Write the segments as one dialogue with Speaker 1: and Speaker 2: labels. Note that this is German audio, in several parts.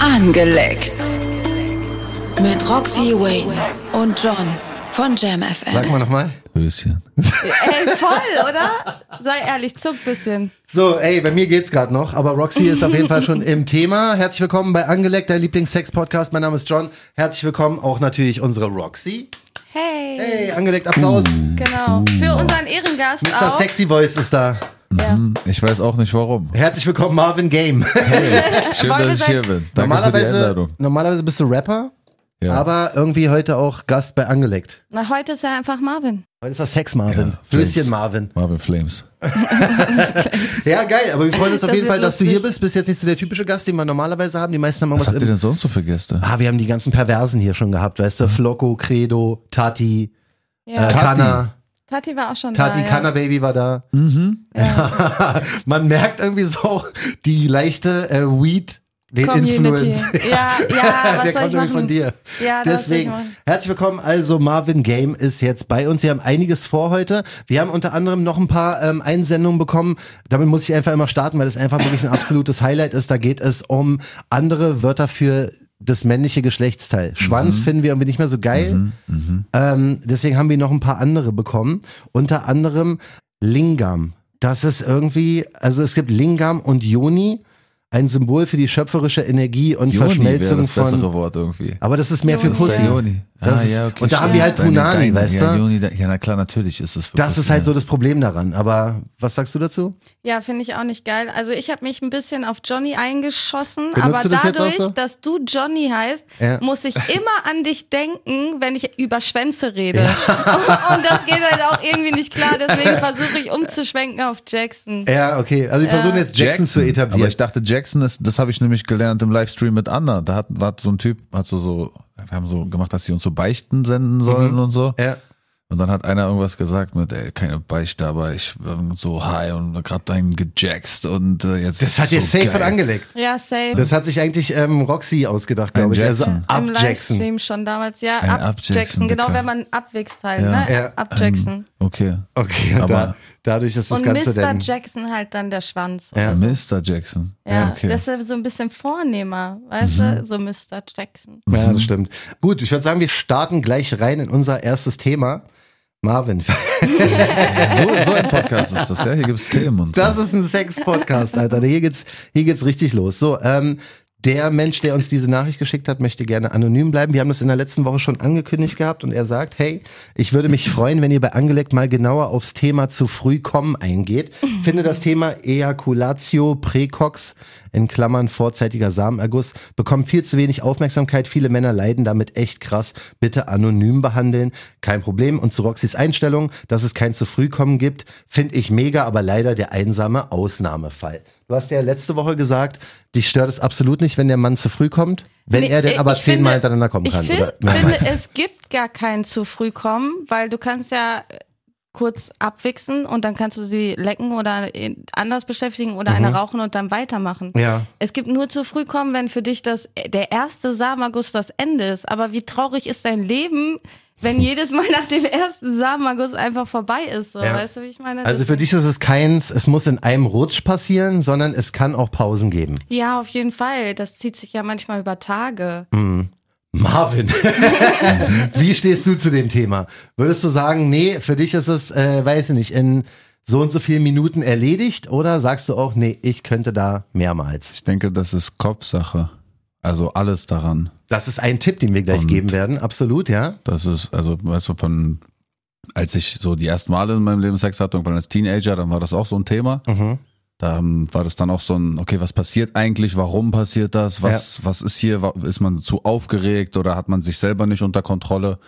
Speaker 1: Angeleckt. Mit Roxy Wayne und John von Jam FM.
Speaker 2: Sag mal nochmal.
Speaker 3: Höschen.
Speaker 4: Ey, voll, oder? Sei ehrlich, zuck bisschen.
Speaker 2: So, ey, bei mir geht's gerade noch, aber Roxy ist auf jeden Fall schon im Thema. Herzlich willkommen bei Angeleckt, dein Lieblings-Sex-Podcast. Mein Name ist John. Herzlich willkommen auch natürlich unsere Roxy.
Speaker 4: Hey.
Speaker 2: Hey, Angeleckt, Applaus.
Speaker 3: Uh.
Speaker 4: Genau. Für unseren Ehrengast
Speaker 2: Mr.
Speaker 4: auch.
Speaker 2: Sexy Voice ist da.
Speaker 4: Ja.
Speaker 3: Hm. Ich weiß auch nicht warum.
Speaker 2: Herzlich willkommen, Marvin Game. Äh,
Speaker 3: Schön,
Speaker 4: Wollen wir
Speaker 3: dass ich hier bin.
Speaker 4: sein-
Speaker 3: Danke für die
Speaker 2: normalerweise,
Speaker 3: Einladung.
Speaker 2: normalerweise bist du Rapper,
Speaker 3: Ja.
Speaker 2: aber irgendwie heute auch Gast bei Angeleckt.
Speaker 4: Na, heute ist er einfach Marvin.
Speaker 2: Heute ist das Sex Marvin.
Speaker 3: Ja,
Speaker 2: Flüsschen
Speaker 3: Flames.
Speaker 2: Marvin.
Speaker 3: Marvin Flames.
Speaker 2: Ja, geil, aber wir freuen uns auf
Speaker 4: Das
Speaker 2: jeden
Speaker 4: wird
Speaker 2: Fall, dass du
Speaker 4: lustig.
Speaker 2: hier bist. Bist jetzt nicht so der typische Gast, den wir normalerweise haben. Die meisten haben
Speaker 3: Was
Speaker 2: irgendwas
Speaker 3: habt ihr
Speaker 2: im.
Speaker 3: denn sonst so für Gäste?
Speaker 2: Ah, wir haben die ganzen Perversen hier schon gehabt, weißt du? Flocco, Credo, Tati,
Speaker 4: Ja.
Speaker 2: äh,
Speaker 3: Tati.
Speaker 2: Kana.
Speaker 4: Tati war auch schon
Speaker 2: Tati,
Speaker 4: da.
Speaker 2: Kana Baby war da. Ja. Man merkt irgendwie so die leichte äh, Weed, den
Speaker 4: ja. Community.
Speaker 2: Influence.
Speaker 4: Ja,
Speaker 2: Der
Speaker 4: ja, was soll
Speaker 2: kommt
Speaker 4: ich
Speaker 2: irgendwie
Speaker 4: machen?
Speaker 2: von dir.
Speaker 4: Ja, das soll ich
Speaker 2: Deswegen,
Speaker 4: machen.
Speaker 2: herzlich willkommen. Also Marvin Game ist jetzt bei uns. Wir haben einiges vor heute. Wir haben unter anderem noch ein paar ähm, Einsendungen bekommen. Damit muss ich einfach immer starten, weil das einfach wirklich ein absolutes Highlight ist. Da geht es um andere Wörter für das männliche Geschlechtsteil.
Speaker 3: Mhm.
Speaker 2: Schwanz finden wir irgendwie nicht mehr so geil. Ähm, deswegen haben wir noch ein paar andere bekommen. Unter anderem Lingam. Das ist irgendwie, also es gibt Lingam und Joni, ein Symbol für die schöpferische Energie und
Speaker 3: Joni wäre
Speaker 2: Verschmelzung
Speaker 3: das
Speaker 2: von.
Speaker 3: bessere Wort irgendwie.
Speaker 2: Aber das ist mehr für
Speaker 4: Joni.
Speaker 2: Pussy.
Speaker 4: Ja.
Speaker 3: Joni. Ah,
Speaker 2: Das ist- und da haben wir halt
Speaker 3: Deine-
Speaker 2: Punani,
Speaker 3: deine-
Speaker 2: weißt
Speaker 3: Ja,
Speaker 2: du?
Speaker 3: Joni, da- ja, na klar, natürlich ist es für
Speaker 2: Das
Speaker 3: Pussy,
Speaker 2: ist halt
Speaker 3: ja.
Speaker 2: so das Problem daran. Aber was sagst du dazu?
Speaker 4: Ja, finde ich auch nicht geil. Also ich habe mich ein bisschen auf Johnny eingeschossen,
Speaker 2: Benutzt
Speaker 4: aber
Speaker 2: du das jetzt auch
Speaker 4: dadurch,
Speaker 2: so?
Speaker 4: dass du Johnny heißt,
Speaker 2: Ja.
Speaker 4: muss ich immer an dich denken, wenn ich über Schwänze rede. Und, und das geht halt auch irgendwie nicht klar. Deswegen versuche ich umzuschwenken auf Jackson.
Speaker 2: Ja, okay. Also wir versuchen jetzt Jackson, zu etablieren.
Speaker 3: Aber ich dachte, Jackson ist, das habe ich nämlich gelernt im Livestream mit Anna. Da hat, war so ein Typ, hat so, so, wir haben so gemacht, dass sie uns so Beichten senden sollen und so.
Speaker 2: Mhm. ja.
Speaker 3: Und dann hat einer irgendwas gesagt mit, ey, keine Beichte, aber ich bin so high und grad einen gejackst und äh, jetzt.
Speaker 2: Das hat
Speaker 3: ist
Speaker 2: dir
Speaker 3: so
Speaker 2: safe
Speaker 3: geil.
Speaker 2: von angelegt.
Speaker 4: Ja, safe.
Speaker 2: Das hat sich eigentlich ähm, Roxy ausgedacht, glaube ich.
Speaker 3: Ein Jackson.
Speaker 2: Also
Speaker 4: Im
Speaker 2: ab Jackson.
Speaker 4: Livestream schon damals, ja.
Speaker 3: Ein
Speaker 4: Ab,
Speaker 3: Ab
Speaker 4: Jackson,
Speaker 3: Jackson,
Speaker 4: genau,
Speaker 3: Dicker.
Speaker 4: wenn man abwächst halt,
Speaker 3: Ja.
Speaker 4: ne?
Speaker 2: Ja.
Speaker 4: Ab Jackson.
Speaker 3: Okay.
Speaker 2: Okay, aber
Speaker 3: Aber-
Speaker 2: da, dadurch ist das
Speaker 4: Und
Speaker 2: Ganze
Speaker 4: Mr.
Speaker 2: dann.
Speaker 4: Jackson halt dann der Schwanz.
Speaker 2: Ja.
Speaker 4: oder so.
Speaker 3: Mr. Jackson.
Speaker 4: Ja,
Speaker 3: okay.
Speaker 4: das ist so ein bisschen vornehmer, weißt du? So Mr. Jackson.
Speaker 2: Ja, das stimmt. Gut, ich würde sagen, wir starten gleich rein in unser erstes Thema. Marvin,
Speaker 3: so, so ein Podcast ist das, ja. Hier gibt's Themen und
Speaker 2: das
Speaker 3: so.
Speaker 2: ist ein Sex-Podcast, Alter. Hier geht's, hier geht's richtig los. So, ähm, der Mensch, der uns diese Nachricht geschickt hat, möchte gerne anonym bleiben. Wir haben das in der letzten Woche schon angekündigt gehabt und er sagt, hey, ich würde mich freuen, wenn ihr bei Angelegt mal genauer aufs Thema zu früh kommen eingeht. Finde das Thema Ejaculatio Precox in Klammern vorzeitiger Samenerguss bekommt viel zu wenig Aufmerksamkeit. Viele Männer leiden damit echt krass. Bitte anonym behandeln. Kein Problem. Und zu Roxys Einstellung, dass es kein zu früh kommen gibt, finde ich mega, aber leider der einsame Ausnahmefall. Du hast ja letzte Woche gesagt, dich stört es absolut nicht, wenn der Mann zu früh kommt, wenn
Speaker 4: Nee, äh,
Speaker 2: er denn
Speaker 4: ich
Speaker 2: aber
Speaker 4: finde-
Speaker 2: zehnmal hintereinander kommen
Speaker 4: ich
Speaker 2: kann.
Speaker 4: Find,
Speaker 2: oder? Nein,
Speaker 4: finde,
Speaker 2: nein.
Speaker 4: es gibt gar kein zu früh kommen, weil du kannst ja äh, kurz abwichsen und dann kannst du sie lecken oder in- anders beschäftigen oder eine rauchen und dann weitermachen.
Speaker 2: Mhm. Ja.
Speaker 4: Es gibt nur zu früh kommen, wenn für dich das der erste Samagus das Ende ist. Aber wie traurig ist dein Leben, wenn jedes Mal nach dem ersten Samagus einfach vorbei ist? So,
Speaker 2: Ja.
Speaker 4: weißt du, wie ich meine?
Speaker 2: Also
Speaker 4: Das-
Speaker 2: für dich ist es keins, es muss in einem Rutsch passieren, sondern es kann auch Pausen geben.
Speaker 4: ja, auf jeden Fall. Das zieht sich ja manchmal über Tage.
Speaker 2: Mhm. Marvin, wie stehst du zu dem Thema? Würdest du sagen, nee, für dich ist es, äh, weiß ich nicht, in so und so vielen Minuten erledigt? Oder sagst du auch, nee, ich könnte da mehrmals?
Speaker 3: Ich denke, das ist Kopfsache. Also alles daran.
Speaker 2: Das ist ein Tipp, den wir gleich
Speaker 3: Und-
Speaker 2: geben werden, absolut, ja.
Speaker 3: Das ist, also, weißt du, von, als ich so die ersten Male in meinem Leben Sex hatte, irgendwann als Teenager, dann war das auch so ein Thema.
Speaker 2: Mhm.
Speaker 3: Da ähm, war das dann auch so ein, okay, was passiert eigentlich, warum passiert das, was, was ist hier, Wa- ist man zu aufgeregt oder hat man sich selber nicht unter Kontrolle?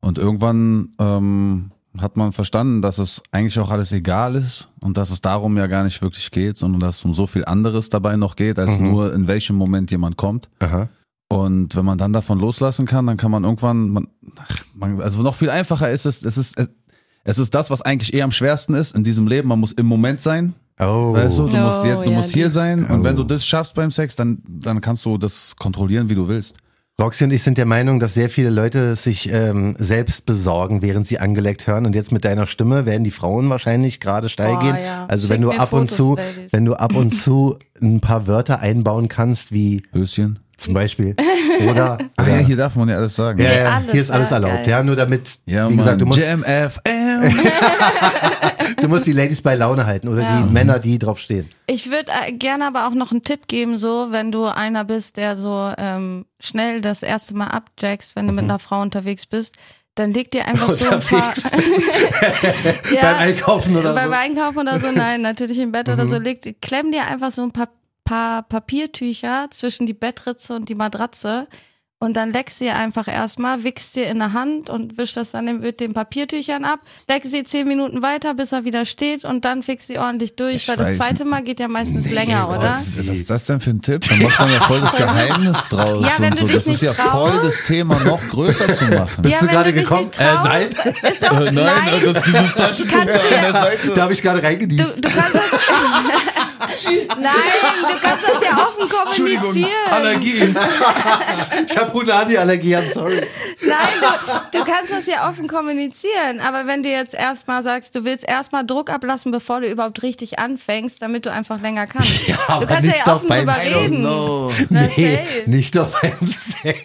Speaker 3: Und irgendwann ähm, hat man verstanden, dass es eigentlich auch alles egal ist und dass es darum ja gar nicht wirklich geht, sondern dass es um so viel anderes dabei noch geht, als nur in welchem Moment jemand kommt.
Speaker 2: Aha.
Speaker 3: Und wenn man dann davon loslassen kann, dann kann man irgendwann, man, ach, man, also noch viel einfacher ist es, es ist, es ist das, was eigentlich eher am schwersten ist in diesem Leben. Man muss im Moment sein.
Speaker 2: Oh.
Speaker 3: Weißt du, du
Speaker 4: Oh,
Speaker 3: musst, hier, du
Speaker 4: ja,
Speaker 3: musst
Speaker 4: die-
Speaker 3: hier sein
Speaker 2: Oh.
Speaker 3: und wenn du das schaffst beim Sex, dann, dann kannst du das kontrollieren, wie du willst.
Speaker 2: Roxy und ich sind der Meinung, dass sehr viele Leute sich ähm, selbst besorgen, während sie angeleckt hören. Und jetzt mit deiner Stimme werden die Frauen wahrscheinlich gerade steil
Speaker 4: Boah,
Speaker 2: gehen.
Speaker 4: ja.
Speaker 2: Also
Speaker 4: Schick
Speaker 2: wenn du
Speaker 4: mir
Speaker 2: ab und
Speaker 4: Fotos,
Speaker 2: zu,
Speaker 4: Ladies.
Speaker 2: wenn du ab und zu ein paar Wörter einbauen kannst wie
Speaker 3: Höschen.
Speaker 2: zum Beispiel. Oder,
Speaker 3: Ah ja,
Speaker 2: oder
Speaker 3: hier darf man ja alles sagen.
Speaker 2: ja, ja,
Speaker 4: alles,
Speaker 2: hier ist alles
Speaker 4: ja,
Speaker 2: erlaubt.
Speaker 4: geil.
Speaker 2: Ja, nur damit,
Speaker 3: Ja,
Speaker 2: wie
Speaker 3: Mann.
Speaker 2: gesagt, du musst,
Speaker 3: JamFM.
Speaker 2: du musst die Ladies bei Laune halten oder
Speaker 4: Ja.
Speaker 2: die Männer, die drauf stehen.
Speaker 4: Ich würde äh, gerne aber auch noch einen Tipp geben, so wenn du einer bist, der so ähm, schnell das erste Mal abjackst, wenn du mit einer Frau unterwegs bist, dann leg dir einfach so ein paar
Speaker 2: Mhm. Unterwegs Beim Einkaufen oder
Speaker 4: beim
Speaker 2: so. Mhm.
Speaker 4: Einkaufen oder so, nein, natürlich im Bett oder so, leg, klemm dir einfach so ein paar, paar Papiertücher zwischen die Bettritze und die Matratze und dann leckst sie einfach erstmal, wickst dir in der Hand und wisch das dann den- mit den Papiertüchern ab, leck sie zehn Minuten weiter, bis er wieder steht und dann fickst sie ordentlich durch,
Speaker 3: Ich
Speaker 4: weil das
Speaker 3: weiß
Speaker 4: zweite Mal geht ja meistens länger, oder?
Speaker 3: Was ist das denn für ein Tipp? Da macht man ja voll das Geheimnis draus
Speaker 4: Ja, wenn
Speaker 3: und so.
Speaker 4: du dich
Speaker 3: Das ist
Speaker 4: nicht
Speaker 3: ja
Speaker 4: traust.
Speaker 3: voll das Thema noch größer zu machen.
Speaker 2: Bist
Speaker 4: Ja,
Speaker 2: du
Speaker 4: wenn
Speaker 2: gerade
Speaker 4: du dich
Speaker 2: gekommen?
Speaker 4: nicht traust,
Speaker 3: Äh, nein,
Speaker 4: nein.
Speaker 3: das ist dieses Taschentuch
Speaker 4: Kannst du
Speaker 3: der Seite.
Speaker 2: Da habe ich gerade
Speaker 4: Du,
Speaker 2: reingenießt.
Speaker 4: du kannst das. Nein, du kannst das ja offen kommunizieren.
Speaker 3: Allergie.
Speaker 2: Ich habe Hunani-Allergie, I'm sorry.
Speaker 4: Nein, du, du kannst das ja offen kommunizieren. Aber wenn du jetzt erstmal sagst, du willst erstmal Druck ablassen, bevor du überhaupt richtig anfängst, damit du einfach länger kannst.
Speaker 2: aber
Speaker 4: du kannst
Speaker 2: nicht
Speaker 4: ja
Speaker 2: doch
Speaker 4: offen
Speaker 2: beim
Speaker 4: drüber
Speaker 2: I don't
Speaker 4: reden. Na,
Speaker 2: Nee,
Speaker 4: safe.
Speaker 2: nicht doch beim Sex.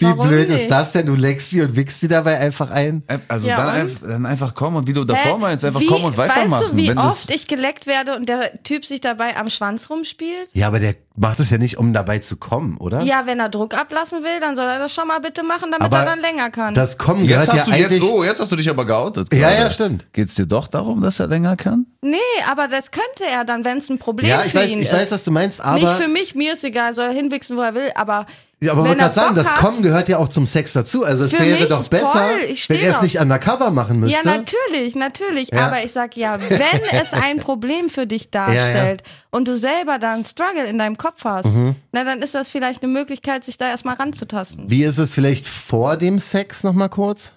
Speaker 2: Wie
Speaker 4: Warum
Speaker 2: blöd
Speaker 4: nicht?
Speaker 2: ist das denn? Du leckst sie und wickst sie dabei einfach ein.
Speaker 3: Also
Speaker 4: Ja,
Speaker 3: dann,
Speaker 4: und?
Speaker 3: einfach, dann einfach kommen und wie du
Speaker 4: Hä?
Speaker 3: davor meinst, einfach
Speaker 4: Wie-
Speaker 3: kommen und weitermachen.
Speaker 4: Weißt du, wie
Speaker 3: Wenn das-
Speaker 4: oft ich geleckt werde und der Typ sich dabei am Schwanz rumspielt?
Speaker 2: Ja, aber der macht es ja nicht, um dabei zu kommen, oder?
Speaker 4: Ja, wenn er Druck ablassen will, dann soll er das schon mal bitte machen, damit
Speaker 2: aber
Speaker 4: er dann länger kann.
Speaker 2: Das Kommen gehört
Speaker 3: Jetzt hast,
Speaker 2: ja
Speaker 3: du,
Speaker 2: eigentlich.
Speaker 3: jetzt, oh, jetzt hast du dich aber geoutet.
Speaker 2: Ja,
Speaker 3: gerade.
Speaker 2: ja, stimmt.
Speaker 3: Geht's dir doch darum, dass er länger kann?
Speaker 4: nee, aber das könnte er dann, wenn es ein Problem
Speaker 2: ja, ich
Speaker 4: für
Speaker 2: weiß,
Speaker 4: ihn
Speaker 2: ich
Speaker 4: ist.
Speaker 2: weiß, was du meinst, aber.
Speaker 4: Nicht für mich, mir ist egal, soll er hinwichsen, wo er will, aber.
Speaker 2: ja, aber
Speaker 4: wenn
Speaker 2: wollte
Speaker 4: er
Speaker 2: gerade sagen,
Speaker 4: Bock
Speaker 2: das
Speaker 4: hat-
Speaker 2: Kommen gehört ja auch zum Sex dazu. Also es
Speaker 4: Für
Speaker 2: wäre
Speaker 4: mich
Speaker 2: doch
Speaker 4: ist
Speaker 2: besser,
Speaker 4: voll, ich
Speaker 2: wenn
Speaker 4: steh
Speaker 2: er es
Speaker 4: doch.
Speaker 2: nicht undercover machen müsste.
Speaker 4: Ja, natürlich, natürlich.
Speaker 2: Ja.
Speaker 4: Aber ich sag ja, wenn es ein Problem für dich darstellt und du selber da einen Struggle in deinem Kopf hast, na dann ist das vielleicht eine Möglichkeit, sich da erstmal ranzutasten.
Speaker 2: Wie ist es vielleicht vor dem Sex nochmal kurz?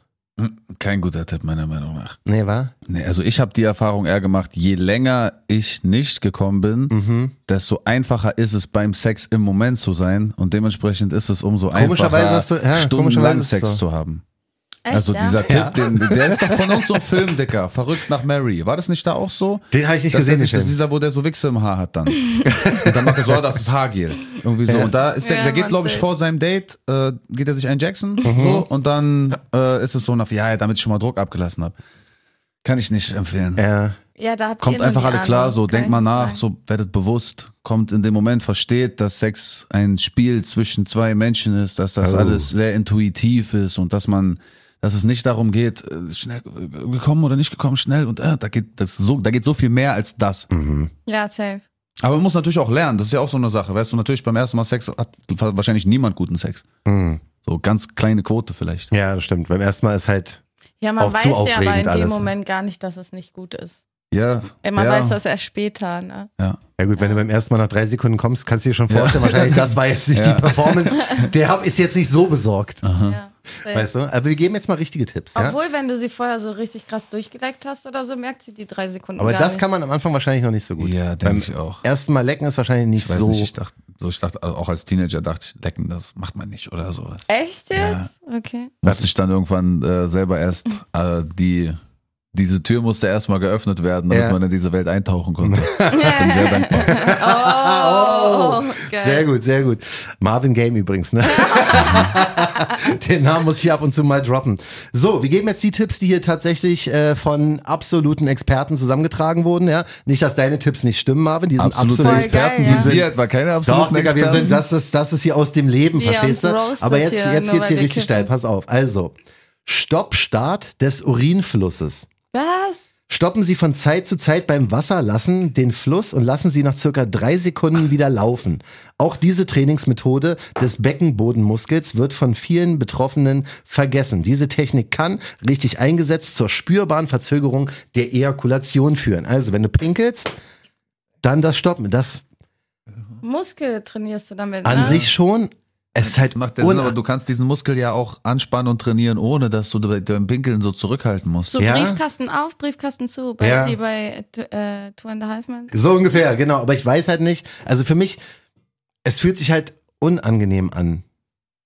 Speaker 3: Kein guter Tipp, meiner Meinung nach.
Speaker 2: Nee, war?
Speaker 3: Nee, also ich habe die Erfahrung eher gemacht, je länger ich nicht gekommen bin,
Speaker 2: Mhm.
Speaker 3: desto einfacher ist es beim Sex im Moment zu sein und dementsprechend ist es umso
Speaker 2: Komischerweise
Speaker 3: einfacher,
Speaker 2: hast du- ja, komischerweise
Speaker 3: stundenlang
Speaker 2: ist es
Speaker 3: Sex
Speaker 2: so.
Speaker 3: zu haben.
Speaker 4: Echt,
Speaker 3: also
Speaker 4: ja?
Speaker 3: dieser
Speaker 2: Ja.
Speaker 3: Tipp, den, der ist doch von uns so ein Film, Dicker. Verrückt nach Mary. War das nicht da auch so?
Speaker 2: Den habe ich nicht
Speaker 3: das
Speaker 2: gesehen,
Speaker 3: ist, nicht-
Speaker 2: den
Speaker 3: das ist
Speaker 2: Film.
Speaker 3: dieser, wo der so Wichse im Haar hat dann. Und dann macht er so, oh, das ist Haargel. Irgendwie so. Und da ist der,
Speaker 4: Ja,
Speaker 3: der geht,
Speaker 4: Mann,
Speaker 3: glaube ich,
Speaker 4: safe.
Speaker 3: vor seinem Date, äh, geht er sich ein Jackson
Speaker 2: Mhm.
Speaker 3: so und dann äh, ist es so nach, ja, ja, damit ich schon mal Druck abgelassen habe. Kann ich nicht empfehlen.
Speaker 2: Ja.
Speaker 4: ja, da habt ihr
Speaker 3: Kommt
Speaker 4: nur
Speaker 3: einfach
Speaker 4: die
Speaker 3: alle
Speaker 4: Ahnung,
Speaker 3: klar, so
Speaker 4: kann
Speaker 3: denkt
Speaker 4: ich
Speaker 3: mal
Speaker 4: nicht
Speaker 3: nach, so
Speaker 4: sagen.
Speaker 3: werdet bewusst, kommt in dem Moment, versteht, dass Sex ein Spiel zwischen zwei Menschen ist, dass das
Speaker 2: Oh.
Speaker 3: alles sehr intuitiv ist und dass man, dass es nicht darum geht, äh, schnell äh, gekommen oder nicht gekommen, schnell und äh, da geht das so, da geht so viel mehr als das.
Speaker 2: Mhm.
Speaker 4: Ja, safe.
Speaker 3: Aber man muss natürlich auch lernen, das ist ja auch so eine Sache, weißt du, natürlich beim ersten Mal Sex hat wahrscheinlich niemand guten Sex. So ganz kleine Quote vielleicht.
Speaker 2: Mhm. ja, das stimmt. Beim ersten Mal ist halt.
Speaker 4: Ja, man
Speaker 2: Auch zu
Speaker 4: weiß ja aber in
Speaker 2: aufregend
Speaker 4: dem
Speaker 2: alles, ne?
Speaker 4: Moment gar nicht, dass es nicht gut ist.
Speaker 3: Ja.
Speaker 4: Ey, Man
Speaker 3: ja,
Speaker 4: weiß das erst später, ne?
Speaker 3: Ja.
Speaker 2: Ja gut, wenn du beim ersten Mal nach drei Sekunden kommst, kannst du dir schon vorstellen, wahrscheinlich, das war jetzt nicht
Speaker 3: Ja.
Speaker 2: die Performance. Der hab, ist jetzt nicht so besorgt.
Speaker 4: Ja, safe.
Speaker 2: Weißt du? Aber wir geben jetzt mal richtige Tipps, ja?
Speaker 4: Äh. Obwohl, wenn du sie vorher so richtig krass durchgeleckt hast oder so, merkt sie die drei Sekunden
Speaker 2: Aber
Speaker 4: gar
Speaker 2: das
Speaker 4: nicht.
Speaker 2: kann man am Anfang wahrscheinlich noch nicht so gut.
Speaker 3: Ja,
Speaker 2: Beim
Speaker 3: denke ich auch.
Speaker 2: ersten Mal lecken ist wahrscheinlich nicht
Speaker 3: Ich weiß
Speaker 2: so.
Speaker 3: nicht, ich dachte, so ich dachte, also auch als Teenager dachte ich, lecken, das macht man nicht oder sowas.
Speaker 4: Echt jetzt? Okay.
Speaker 3: Musste ich dann irgendwann äh, selber erst äh, die, diese Tür musste erstmal geöffnet werden, damit
Speaker 2: Ja.
Speaker 3: man in diese Welt eintauchen konnte. Bin sehr dankbar.
Speaker 4: Oh, geil.
Speaker 2: Ah, sehr gut, sehr gut. Marvin Game übrigens, ne? Den Namen muss ich ab und zu mal droppen. So, wir geben jetzt die Tipps, die hier tatsächlich äh, von absoluten Experten zusammengetragen wurden, ja? Nicht, dass deine Tipps nicht stimmen, Marvin, die sind
Speaker 3: Absolute
Speaker 2: absolut
Speaker 4: Voll
Speaker 3: Experten,
Speaker 4: geil,
Speaker 3: die
Speaker 4: ja.
Speaker 3: sind wir etwa keine absoluten
Speaker 2: Doch, Digga, wir
Speaker 3: Experten.
Speaker 2: sind, das ist, das ist hier aus dem Leben,
Speaker 4: Wir
Speaker 2: verstehst
Speaker 4: uns
Speaker 2: du?
Speaker 4: roastet
Speaker 2: Aber jetzt,
Speaker 4: hier,
Speaker 2: jetzt
Speaker 4: nur
Speaker 2: geht's
Speaker 4: weil
Speaker 2: hier
Speaker 4: wir
Speaker 2: richtig
Speaker 4: kiffen.
Speaker 2: steil, pass auf. Also, Stopp, Start des Urinflusses.
Speaker 4: Was?
Speaker 2: Stoppen Sie von Zeit zu Zeit beim Wasserlassen den Fluss und lassen Sie nach circa drei Sekunden wieder laufen. Auch diese Trainingsmethode des Beckenbodenmuskels wird von vielen Betroffenen vergessen. Diese Technik kann, richtig eingesetzt, zur spürbaren Verzögerung der Ejakulation führen. Also, wenn du pinkelst, dann das Stoppen. Das
Speaker 4: Muskel trainierst du damit,
Speaker 2: an
Speaker 4: ne?
Speaker 2: sich schon. Es ist halt
Speaker 3: Macht der Sinn,
Speaker 2: un-
Speaker 3: aber du kannst diesen Muskel ja auch anspannen und trainieren, ohne dass du de- beim Pinkeln so zurückhalten musst.
Speaker 4: So
Speaker 2: Ja.
Speaker 4: Briefkasten auf, Briefkasten zu, bei,
Speaker 2: Ja.
Speaker 4: die bei äh, Two and a Half Men.
Speaker 2: So ungefähr, genau. Aber ich weiß halt nicht. Also für mich, es fühlt sich halt unangenehm an,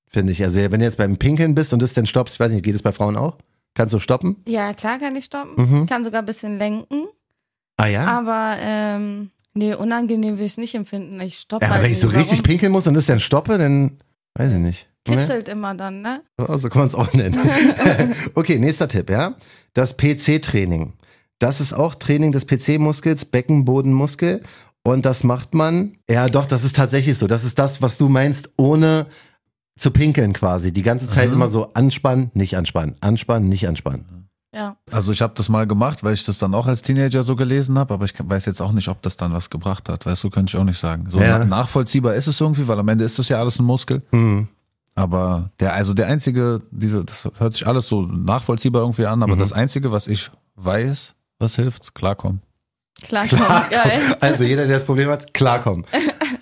Speaker 2: finde ich. Also wenn du jetzt beim Pinkeln bist und das dann stoppst, ich weiß nicht, geht es bei Frauen auch? Kannst du stoppen?
Speaker 4: Ja, klar kann ich stoppen.
Speaker 2: Mhm.
Speaker 4: Kann sogar ein bisschen lenken.
Speaker 2: Ah ja?
Speaker 4: Aber ähm, Nee, unangenehm will ich es nicht empfinden. Ich stoppe
Speaker 2: Ja, aber
Speaker 4: halt
Speaker 2: wenn ich so
Speaker 4: nie.
Speaker 2: richtig
Speaker 4: Warum?
Speaker 2: pinkeln muss und das dann stoppe, dann weiß ich nicht. Ne?
Speaker 4: Kitzelt immer dann, ne?
Speaker 2: Oh, so kann man es auch nennen. okay, nächster Tipp, ja. Das PC-Training. Das ist auch Training des PC-Muskels, Beckenbodenmuskel. Und das macht man, ja doch, das ist tatsächlich so. Das ist das, was du meinst, ohne zu pinkeln quasi. Die ganze Zeit
Speaker 3: Aha.
Speaker 2: immer so anspannen, nicht anspannen, anspannen, nicht anspannen.
Speaker 4: Ja.
Speaker 3: Also ich habe das mal gemacht, weil ich das dann auch als Teenager so gelesen habe, aber ich weiß jetzt auch nicht, ob das dann was gebracht hat. Weißt du, könnte ich auch nicht sagen. So
Speaker 2: Ja.
Speaker 3: na- nachvollziehbar ist es irgendwie, weil am Ende ist das ja alles ein Muskel.
Speaker 2: Hm.
Speaker 3: Aber der, also der einzige, diese, das hört sich alles so nachvollziehbar irgendwie an,
Speaker 2: Mhm.
Speaker 3: aber das einzige, was ich weiß, was hilft's, klarkommen.
Speaker 4: Klar,
Speaker 2: Klar.
Speaker 3: Ah,
Speaker 4: schon. Geil.
Speaker 2: Also jeder, der das Problem hat, klarkommen.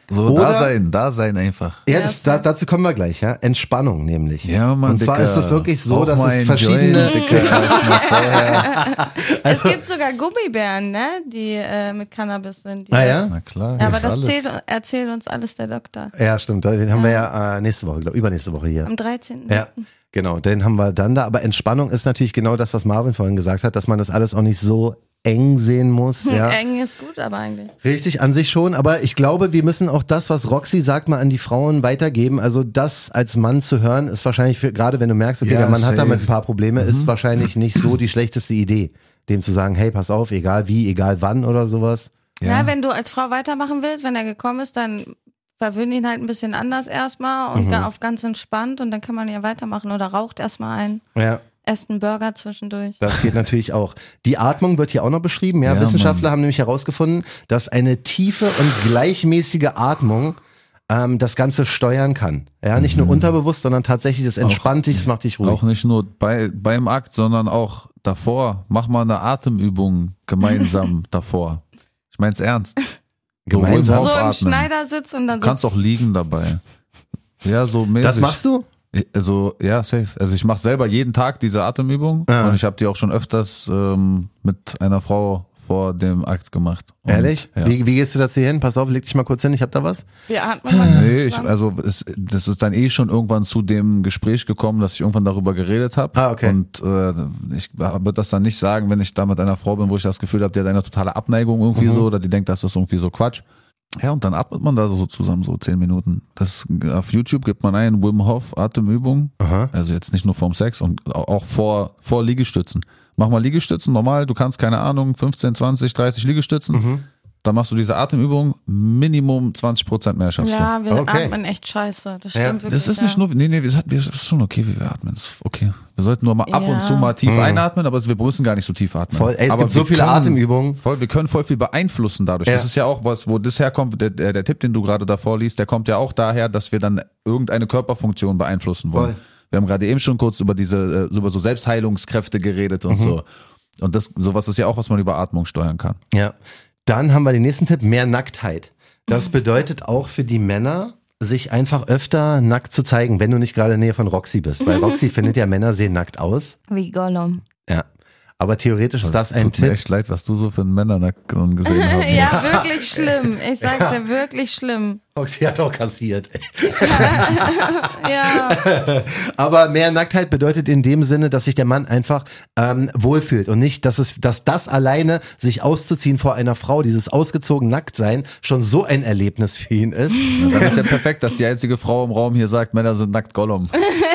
Speaker 3: So
Speaker 2: Oder-
Speaker 3: da sein, da sein einfach.
Speaker 2: Ja,
Speaker 4: Ja,
Speaker 2: das,
Speaker 4: voll.
Speaker 2: da, dazu kommen wir gleich, ja. Entspannung nämlich.
Speaker 3: Ja, Mann,
Speaker 2: Und zwar
Speaker 3: Dicker.
Speaker 2: ist es wirklich so,
Speaker 3: Auch
Speaker 2: dass
Speaker 3: mal
Speaker 2: es
Speaker 3: ein
Speaker 2: verschiedene- Also
Speaker 3: Joint, Dicker, erstmal vorher.
Speaker 4: es gibt sogar Gummibären, ne? Die äh, mit Cannabis sind. Die
Speaker 2: Ah,
Speaker 4: das-
Speaker 2: ja?
Speaker 3: Na klar,
Speaker 4: Ja, aber
Speaker 3: hilft
Speaker 4: das
Speaker 3: alles.
Speaker 4: zählt, erzählt uns alles der Doktor.
Speaker 2: Ja, stimmt. Den haben wir ja äh, nächste Woche, glaube übernächste Woche hier.
Speaker 4: Am 13.
Speaker 2: Ja, genau. Den haben wir dann da. Aber Entspannung ist natürlich genau das, was Marvin vorhin gesagt hat, dass man das alles auch nicht so eng sehen muss.
Speaker 4: Hm,
Speaker 2: Ja.
Speaker 4: Eng ist gut, aber eigentlich.
Speaker 2: Richtig, an sich schon. Aber ich glaube, wir müssen auch das, was Roxy sagt, mal an die Frauen weitergeben. Also das als Mann zu hören, ist wahrscheinlich, für, gerade wenn du merkst, okay,
Speaker 3: Ja,
Speaker 2: der Mann
Speaker 3: safe. Mhm.
Speaker 2: hat damit ein paar Probleme, ist wahrscheinlich nicht so die schlechteste Idee. Dem zu sagen, hey, pass auf, egal wie, egal wann oder sowas.
Speaker 4: Ja.
Speaker 3: Ja.
Speaker 4: wenn du als Frau weitermachen willst, wenn er gekommen ist, dann verwöhn ihn halt ein bisschen anders erstmal
Speaker 3: Mhm.
Speaker 4: und ga- auf ganz entspannt und dann kann man ja weitermachen oder raucht erstmal ein,
Speaker 2: Ja.
Speaker 4: esst einen Burger zwischendurch.
Speaker 2: Das geht natürlich auch. Die Atmung wird hier auch noch beschrieben. Ja,
Speaker 3: Ja,
Speaker 2: Wissenschaftler haben nämlich herausgefunden, dass eine tiefe und gleichmäßige Atmung ähm, das Ganze steuern kann. Ja, nicht nur unterbewusst, sondern tatsächlich, das entspannt dich, das macht dich ruhig.
Speaker 3: Mhm. Auch nicht nur bei, beim Akt, sondern auch davor. Mach mal eine Atemübung gemeinsam davor. Ich mein's ernst.
Speaker 4: Also-
Speaker 2: Gemeinsam.
Speaker 3: ruhig
Speaker 4: so im
Speaker 3: aufatmen.
Speaker 4: Schneidersitz und dann
Speaker 3: Du
Speaker 4: so.
Speaker 3: kannst auch liegen dabei. Ja, so mäßig.
Speaker 2: Das machst du?
Speaker 3: Also, ja, safe. Also ich mache selber jeden Tag diese Atemübung
Speaker 2: Ja.
Speaker 3: und ich habe die auch schon öfters ähm, mit einer Frau vor dem Akt gemacht. Und,
Speaker 2: Ehrlich?
Speaker 3: Ja.
Speaker 2: Wie, wie gehst du dazu hier hin? Pass auf, leg dich mal kurz hin, ich hab da was.
Speaker 4: Wir atmen mal ganz
Speaker 3: Nee, ich,
Speaker 4: zusammen.
Speaker 3: also es, das ist dann eh schon irgendwann zu dem Gespräch gekommen, dass ich irgendwann darüber geredet habe.
Speaker 2: Ah, okay.
Speaker 3: Und äh, ich würde das dann nicht sagen, wenn ich da mit einer Frau bin, wo ich das Gefühl habe, die hat eine totale Abneigung irgendwie
Speaker 2: Mhm.
Speaker 3: so oder die denkt, das ist irgendwie so Quatsch. Ja, und dann atmet man da so zusammen so zehn Minuten. Das auf YouTube gibt man ein Wim Hof Atemübung.
Speaker 2: Aha.
Speaker 3: Also jetzt nicht nur vorm Sex und au- auch vor, vor Liegestützen. Mach mal Liegestützen, normal, du kannst, keine Ahnung, 15, 20, 30 Liegestützen.
Speaker 2: Mhm.
Speaker 3: Dann machst du diese Atemübung, Minimum 20 Prozent mehr schaffst du.
Speaker 4: ja, wir
Speaker 2: Okay.
Speaker 4: atmen echt scheiße. Das
Speaker 2: Ja.
Speaker 4: stimmt wirklich.
Speaker 3: also- Das ist
Speaker 4: ja.
Speaker 3: nicht nur, nee, nee, wir, hat- wir- das ist schon okay, wie wir atmen. Das ist okay. Wir sollten nur mal ab
Speaker 4: Ja.
Speaker 3: und zu mal tief einatmen, aber wir müssen gar nicht so tief atmen.
Speaker 2: Hm. Voll, ey, es
Speaker 3: aber
Speaker 2: gibt so
Speaker 3: wir
Speaker 2: viele
Speaker 3: können-
Speaker 2: Atemübungen.
Speaker 3: Voll, wir können voll viel beeinflussen dadurch.
Speaker 2: Ja.
Speaker 3: Das ist ja auch was, wo das herkommt, der, der, der Tipp, den du gerade davor liest, der kommt ja auch daher, dass wir dann irgendeine Körperfunktion beeinflussen wollen.
Speaker 2: Voll.
Speaker 3: Wir haben gerade eben schon kurz über diese, äh, über so Selbstheilungskräfte geredet
Speaker 2: Mhm.
Speaker 3: und so. Und das, sowas ist ja auch, was man über Atmung steuern kann.
Speaker 2: Ja. Dann haben wir den nächsten Tipp, mehr Nacktheit. Das bedeutet auch für die Männer, sich einfach öfter nackt zu zeigen, wenn du nicht gerade in der Nähe von Roxy bist. Weil Roxy findet ja, Männer sehen nackt aus.
Speaker 4: Wie Gollum.
Speaker 2: Ja. Aber theoretisch ist das ein
Speaker 3: tut mir
Speaker 2: Tipp.
Speaker 3: echt leid, was du so für einen Männernacken gesehen hast.
Speaker 4: Ja, wirklich schlimm. Ich sag's dir, wirklich schlimm.
Speaker 2: Roxy hat auch kassiert.
Speaker 4: Ja.
Speaker 2: Aber mehr Nacktheit bedeutet in dem Sinne, dass sich der Mann einfach ähm, wohlfühlt und nicht, dass es, dass das alleine sich auszuziehen vor einer Frau, dieses ausgezogen Nacktsein, schon so ein Erlebnis für ihn ist.
Speaker 3: Dann ist ja perfekt, dass die einzige Frau im Raum hier sagt, Männer sind nackt Gollum.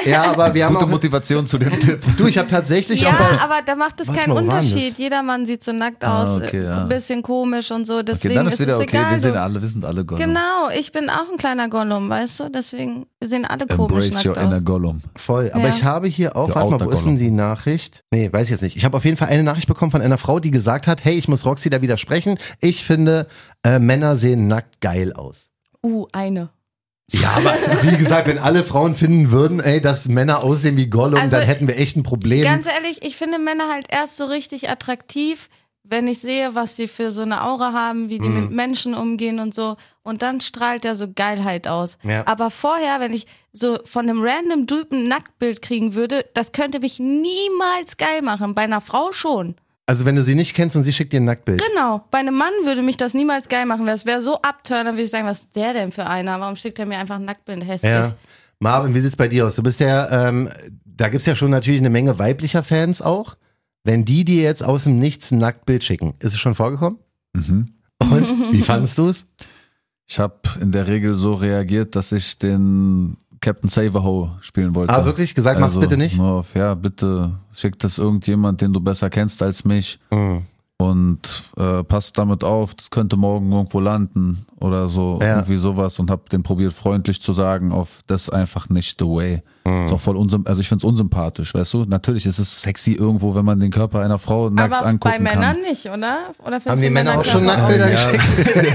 Speaker 2: ja, aber wir haben
Speaker 3: Gute
Speaker 2: auch,
Speaker 3: Motivation zu dem Tipp.
Speaker 2: du, ich habe tatsächlich auch
Speaker 4: Ja,
Speaker 2: bei,
Speaker 4: aber da macht es
Speaker 2: Warte
Speaker 4: keinen
Speaker 2: mal, wo war denn
Speaker 4: Unterschied.
Speaker 2: das?
Speaker 4: Jedermann sieht so nackt aus,
Speaker 3: Ah, okay,
Speaker 4: äh,
Speaker 3: ja.
Speaker 4: ein bisschen komisch und so.
Speaker 3: Okay,
Speaker 4: Deswegen
Speaker 3: dann
Speaker 4: ist
Speaker 3: ist wieder
Speaker 4: es
Speaker 3: okay,
Speaker 4: egal.
Speaker 3: wir sind
Speaker 4: du.
Speaker 3: alle, wir sind alle Gollum.
Speaker 4: Genau, ich bin auch ein kleiner Gollum, weißt du? Deswegen sehen alle komisch
Speaker 3: Embrace your
Speaker 4: nackt
Speaker 3: inner
Speaker 4: aus.
Speaker 3: Gollum.
Speaker 2: voll. Aber
Speaker 4: Ja.
Speaker 2: ich habe hier auch,
Speaker 3: Der
Speaker 2: warte mal, wo
Speaker 3: Outer
Speaker 2: ist denn die Nachricht? Nee, weiß ich jetzt nicht. Ich habe auf jeden Fall eine Nachricht bekommen von einer Frau, die gesagt hat, hey, ich muss Roxy da widersprechen. Ich finde, äh, Männer sehen nackt geil aus.
Speaker 4: Uh, eine.
Speaker 2: Ja, aber wie gesagt, wenn alle Frauen finden würden, ey, dass Männer aussehen wie Gollum,
Speaker 4: Also,
Speaker 2: dann hätten wir echt ein Problem.
Speaker 4: Ganz ehrlich, ich finde Männer halt erst so richtig attraktiv, wenn ich sehe, was sie für so eine Aura haben, wie die mit Menschen umgehen und so. Und dann strahlt er so Geilheit aus.
Speaker 2: Ja.
Speaker 4: Aber vorher, wenn ich so von einem random Typen ein Nacktbild kriegen würde, das könnte mich niemals geil machen. Bei einer Frau schon.
Speaker 2: also wenn du sie nicht kennst und sie schickt dir ein Nacktbild.
Speaker 4: Genau, bei einem Mann würde mich das niemals geil machen. weil Es wäre so abturner, würde ich sagen, was ist der denn für einer? Warum schickt er mir einfach ein Nacktbild hässlich?
Speaker 2: Ja. Marvin, wie sieht's bei dir aus? Du bist ja, ähm, da gibt's ja schon natürlich eine Menge weiblicher Fans auch. Wenn die dir jetzt aus dem Nichts ein Nacktbild schicken, ist es schon vorgekommen?
Speaker 3: Mhm.
Speaker 2: Und wie fandest du es?
Speaker 3: Ich habe in der Regel so reagiert, dass ich den Captain Saverho spielen wollte.
Speaker 2: Ah, wirklich? Gesagt, mach's bitte nicht?
Speaker 3: nur auf, ja, bitte schickt das irgendjemand, den du besser kennst als mich
Speaker 2: Mhm.
Speaker 3: und äh, passt damit auf, das könnte morgen irgendwo landen oder so,
Speaker 2: Ja.
Speaker 3: irgendwie sowas und habe den probiert freundlich zu sagen, auf das ist einfach nicht the way.
Speaker 2: Mhm.
Speaker 3: Ist auch voll unsymp also ich find's unsympathisch, weißt du? Natürlich ist es sexy irgendwo, wenn man den Körper einer Frau nackt
Speaker 4: Aber
Speaker 3: angucken
Speaker 4: bei
Speaker 3: kann.
Speaker 4: Männern nicht, oder? oder
Speaker 2: Haben
Speaker 4: findest
Speaker 2: die
Speaker 4: du
Speaker 2: Männer auch schon
Speaker 4: klasse?
Speaker 2: Nacktbilder
Speaker 3: Ah, Ja.
Speaker 2: geschickt?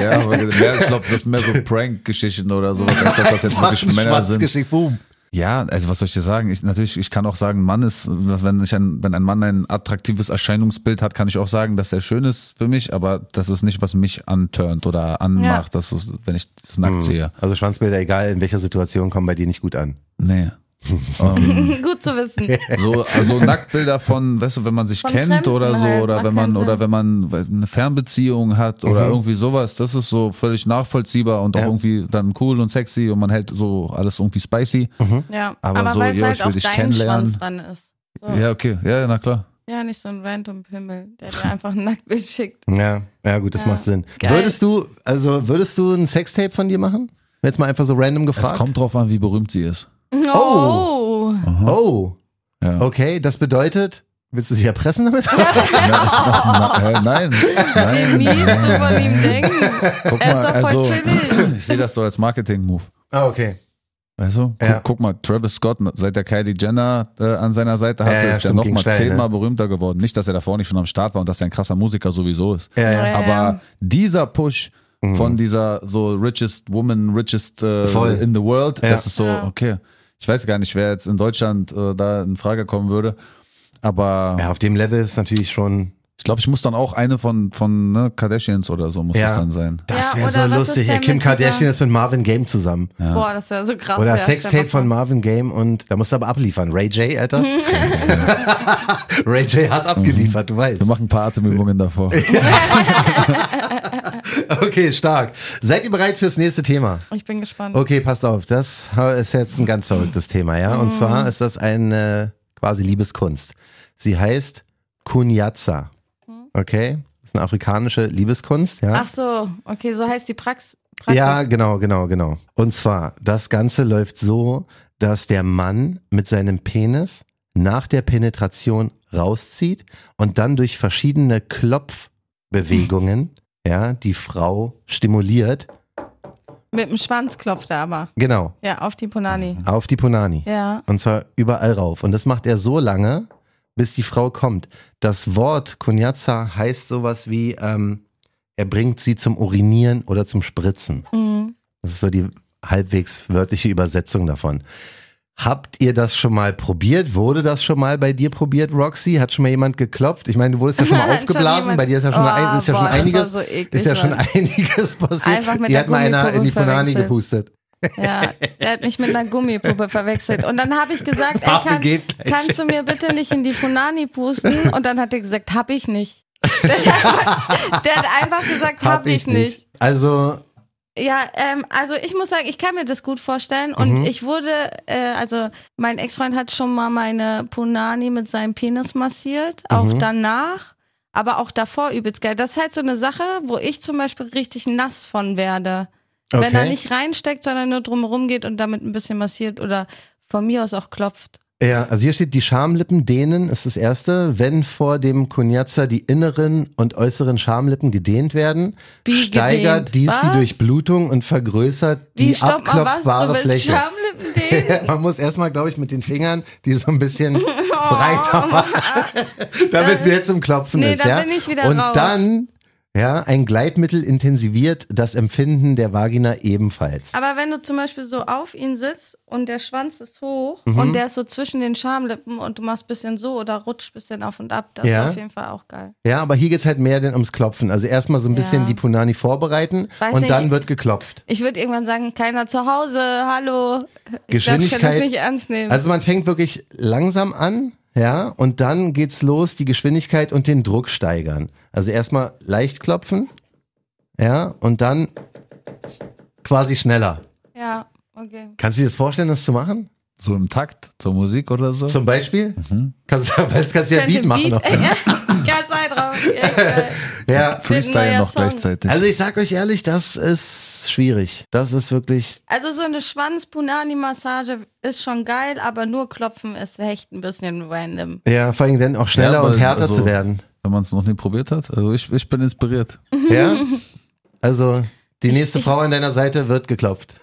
Speaker 3: ja, aber mehr, ich glaube, das sind mehr so Prank-Geschichten oder sowas, als dass das jetzt wirklich Männer
Speaker 2: Schwarz
Speaker 3: sind.
Speaker 2: geschickt, boom.
Speaker 3: Ja, also was soll ich dir sagen? Ich, natürlich, ich kann auch sagen, Mann ist, dass wenn, ich ein, wenn ein Mann ein attraktives Erscheinungsbild hat, kann ich auch sagen, dass er schön ist für mich, aber das ist nicht, was mich anturnt oder anmacht, das ist, wenn ich das nackt sehe.
Speaker 2: Also Schwanzbilder, egal in welcher Situation, kommen bei dir nicht gut an.
Speaker 3: Nee. Ähm,
Speaker 4: Gut zu wissen.
Speaker 3: so also Nacktbilder von, weißt du, wenn man sich
Speaker 4: Von
Speaker 3: kennt
Speaker 4: Fremden
Speaker 3: oder so
Speaker 4: halt,
Speaker 3: oder
Speaker 4: macht
Speaker 3: wenn man
Speaker 4: keinen
Speaker 3: oder
Speaker 4: Sinn.
Speaker 3: wenn man eine Fernbeziehung hat oder irgendwie sowas, das ist so völlig nachvollziehbar und auch
Speaker 2: Ja.
Speaker 3: irgendwie dann cool und sexy und man hält so alles irgendwie spicy.
Speaker 4: Ja.
Speaker 3: Aber so,
Speaker 4: weil's halt
Speaker 3: ja, ich will
Speaker 4: auch
Speaker 3: dich
Speaker 4: dein
Speaker 3: kennenlernen.
Speaker 4: Schwanz dann ist. So. Ja.
Speaker 3: Ja, okay, ja, na klar.
Speaker 4: nicht so ein random Pimmel, der dir einfach ein Nacktbild schickt.
Speaker 2: Ja, ja gut, das
Speaker 4: Ja.
Speaker 2: macht Sinn.
Speaker 4: Geil.
Speaker 2: Würdest du, also würdest du ein Sextape von dir machen? Jetzt mal einfach so random
Speaker 3: Es
Speaker 2: gefragt.
Speaker 3: kommt drauf an, wie berühmt sie ist.
Speaker 4: Oh.
Speaker 2: Oh,
Speaker 3: Ja.
Speaker 2: okay, das bedeutet, willst du dich erpressen damit?
Speaker 3: Na, äh, nein,
Speaker 4: Wie
Speaker 3: nein.
Speaker 4: mies du von ihm denken.
Speaker 3: Guck
Speaker 4: Er
Speaker 3: mal,
Speaker 4: ist doch voll
Speaker 3: also
Speaker 4: chillig.
Speaker 3: ich sehe das so als Marketing-Move.
Speaker 2: ah, okay.
Speaker 3: Weißt du? Guck,
Speaker 2: Ja.
Speaker 3: guck mal, Travis Scott, seit der Kylie Jenner äh, an seiner Seite hatte,
Speaker 2: Ja, ja,
Speaker 3: ist er
Speaker 2: stimmt, ging
Speaker 3: nochmal
Speaker 2: steil,
Speaker 3: zehnmal
Speaker 2: ne?
Speaker 3: berühmter geworden. Nicht, dass er davor nicht schon am Start war und dass er ein krasser Musiker sowieso ist.
Speaker 2: Ja, ja.
Speaker 4: Ja.
Speaker 3: Aber dieser Push von dieser so richest woman, richest äh,
Speaker 2: Mhm. Voll.
Speaker 3: in the world,
Speaker 2: Ja.
Speaker 3: das ist so,
Speaker 4: Ja.
Speaker 3: okay. Ich weiß gar nicht, wer jetzt in Deutschland äh, da in Frage kommen würde. Aber
Speaker 2: Ja, auf dem Level ist natürlich schon.
Speaker 3: ich glaube, ich muss dann auch eine von, von ne, Kardashians oder so muss
Speaker 2: Ja.
Speaker 3: es dann sein.
Speaker 2: Das
Speaker 4: Ja,
Speaker 2: wäre
Speaker 4: oder was
Speaker 2: so
Speaker 4: ist
Speaker 2: lustig.
Speaker 4: denn
Speaker 2: Ey, Kim
Speaker 4: mit dieser-
Speaker 2: Kardashian ist mit Marvin Game zusammen.
Speaker 4: Boah, das wäre so krass.
Speaker 2: Oder
Speaker 4: ja, stell
Speaker 2: Sextape
Speaker 4: mal vor.
Speaker 2: von Marvin Game und da musst du aber abliefern. Ray J, Alter.
Speaker 4: Mhm.
Speaker 2: Ray J hat abgeliefert, du weißt.
Speaker 3: Wir machen ein paar Atemübungen davor.
Speaker 2: Okay, stark. Seid ihr bereit fürs nächste Thema?
Speaker 4: Ich bin gespannt.
Speaker 2: Okay, passt auf. Das ist jetzt ein ganz verrücktes Thema, ja. Und zwar ist das eine quasi Liebeskunst. Sie heißt Kunyaza. Okay? Das ist eine afrikanische Liebeskunst, ja.
Speaker 4: Ach so, okay, so heißt die Prax Praxis.
Speaker 2: Ja, genau, genau, genau. Und zwar, das Ganze läuft so, dass der Mann mit seinem Penis nach der Penetration rauszieht und dann durch verschiedene Klopfbewegungen, ja, die Frau stimuliert,
Speaker 4: Mit dem Schwanz klopft er aber.
Speaker 2: genau,
Speaker 4: Ja, auf die Ponani.
Speaker 2: auf die Punani.
Speaker 4: Ja.
Speaker 2: Und zwar überall rauf. Und das macht er so lange, bis die Frau kommt. Das Wort Kunyaza heißt sowas wie, ähm, er bringt sie zum Urinieren oder zum Spritzen.
Speaker 4: Mhm.
Speaker 2: Das ist so die halbwegs wörtliche Übersetzung davon. Habt ihr das schon mal probiert? Wurde das schon mal bei dir probiert, Roxy? Hat schon mal jemand geklopft? Ich meine, du wurdest ja schon mal
Speaker 4: Schon
Speaker 2: aufgeblasen.
Speaker 4: jemand-
Speaker 2: bei dir ist ja schon, ein,
Speaker 4: Oh,
Speaker 2: ist ja schon
Speaker 4: boah, das war
Speaker 2: einiges,
Speaker 4: so eklig,
Speaker 2: ist ja schon
Speaker 4: Mann.
Speaker 2: einiges passiert.
Speaker 4: Einfach mit
Speaker 2: Ihr
Speaker 4: der
Speaker 2: hat mal einer in die
Speaker 4: Gummipuppe
Speaker 2: Punani
Speaker 4: verwechselt.
Speaker 2: gepustet.
Speaker 4: Ja, der hat mich mit einer Gummipuppe verwechselt. Und dann habe ich gesagt, ey,
Speaker 2: Farbe
Speaker 4: kann,
Speaker 2: geht gleich.
Speaker 4: kannst du mir bitte nicht in die Punani pusten? Und dann hat er gesagt, hab ich nicht. Der hat, der hat einfach gesagt, hab, ich nicht.
Speaker 2: Also,
Speaker 4: Ja, ähm, also ich muss sagen, ich kann mir das gut vorstellen und
Speaker 2: Mhm.
Speaker 4: ich wurde, äh, also mein Ex-Freund hat schon mal meine Punani mit seinem Penis massiert, auch
Speaker 2: Mhm.
Speaker 4: danach, aber auch davor übelst geil. Das ist halt so eine Sache, wo ich zum Beispiel richtig nass von werde. Wenn er
Speaker 2: Okay.
Speaker 4: nicht reinsteckt, sondern nur drumherum geht und damit ein bisschen massiert oder von mir aus auch klopft.
Speaker 2: ja, also hier steht, die Schamlippen dehnen ist das Erste. Wenn vor dem Kunyaza die inneren und äußeren Schamlippen gedehnt werden,
Speaker 4: Wie
Speaker 2: steigert
Speaker 4: gedehnt?
Speaker 2: dies
Speaker 4: Was?
Speaker 2: die Durchblutung und vergrößert
Speaker 4: Wie,
Speaker 2: die
Speaker 4: stopp mal was,
Speaker 2: abklopfbare
Speaker 4: du willst
Speaker 2: Fläche.
Speaker 4: Schamlippen dehnen?
Speaker 2: Man muss erstmal, glaube ich, mit den Fingern die so ein bisschen breiter machen, damit wir zum Klopfen
Speaker 4: Oh. Nee,
Speaker 2: ist.
Speaker 4: da
Speaker 2: ja?
Speaker 4: bin ich wieder
Speaker 2: Und
Speaker 4: raus.
Speaker 2: dann, ja, ein Gleitmittel intensiviert das Empfinden der Vagina ebenfalls.
Speaker 4: Aber wenn du zum Beispiel so auf ihn sitzt und der Schwanz ist hoch
Speaker 2: Mhm.
Speaker 4: und der ist so zwischen den Schamlippen und du machst bisschen so oder rutscht bisschen auf und ab, das
Speaker 2: Ja.
Speaker 4: ist auf jeden Fall auch geil.
Speaker 2: ja, aber hier geht es halt mehr denn ums Klopfen. Also erstmal so ein bisschen
Speaker 4: Ja.
Speaker 2: die Punani vorbereiten
Speaker 4: Weiß
Speaker 2: und
Speaker 4: nicht,
Speaker 2: dann
Speaker 4: ich-
Speaker 2: wird geklopft.
Speaker 4: Ich würde irgendwann sagen, keiner zu Hause, hallo. Ich glaub, ich kann das
Speaker 2: Geschwindigkeit.
Speaker 4: nicht ernst nehmen.
Speaker 2: Also man fängt wirklich langsam an, ja, und dann geht's los, die Geschwindigkeit und den Druck steigern. Also erstmal leicht klopfen, ja, und dann quasi schneller.
Speaker 4: ja, okay.
Speaker 2: Kannst du dir das vorstellen, das zu machen?
Speaker 3: So im Takt zur Musik oder so?
Speaker 2: Zum Beispiel?
Speaker 3: Mhm.
Speaker 2: Kannst, kannst, kannst du ja Beat machen. noch. ne?
Speaker 4: Ey, ja, Ganz Zeit drauf. Ja, geil.
Speaker 2: Ja.
Speaker 3: Freestyle
Speaker 4: neuer
Speaker 3: noch
Speaker 4: Song.
Speaker 3: gleichzeitig.
Speaker 2: Also ich sag euch ehrlich, das ist schwierig. Das ist wirklich.
Speaker 4: Also so eine Schwanz-Punani-Massage ist schon geil, aber nur klopfen ist echt ein bisschen random.
Speaker 2: Ja, vor allem dann auch schneller
Speaker 3: Ja, aber
Speaker 2: und härter
Speaker 3: also-
Speaker 2: zu werden.
Speaker 3: Wenn man es noch nie probiert hat. Also ich, ich bin inspiriert.
Speaker 2: Ja? Also, die nächste Frau an deiner Seite wird geklopft.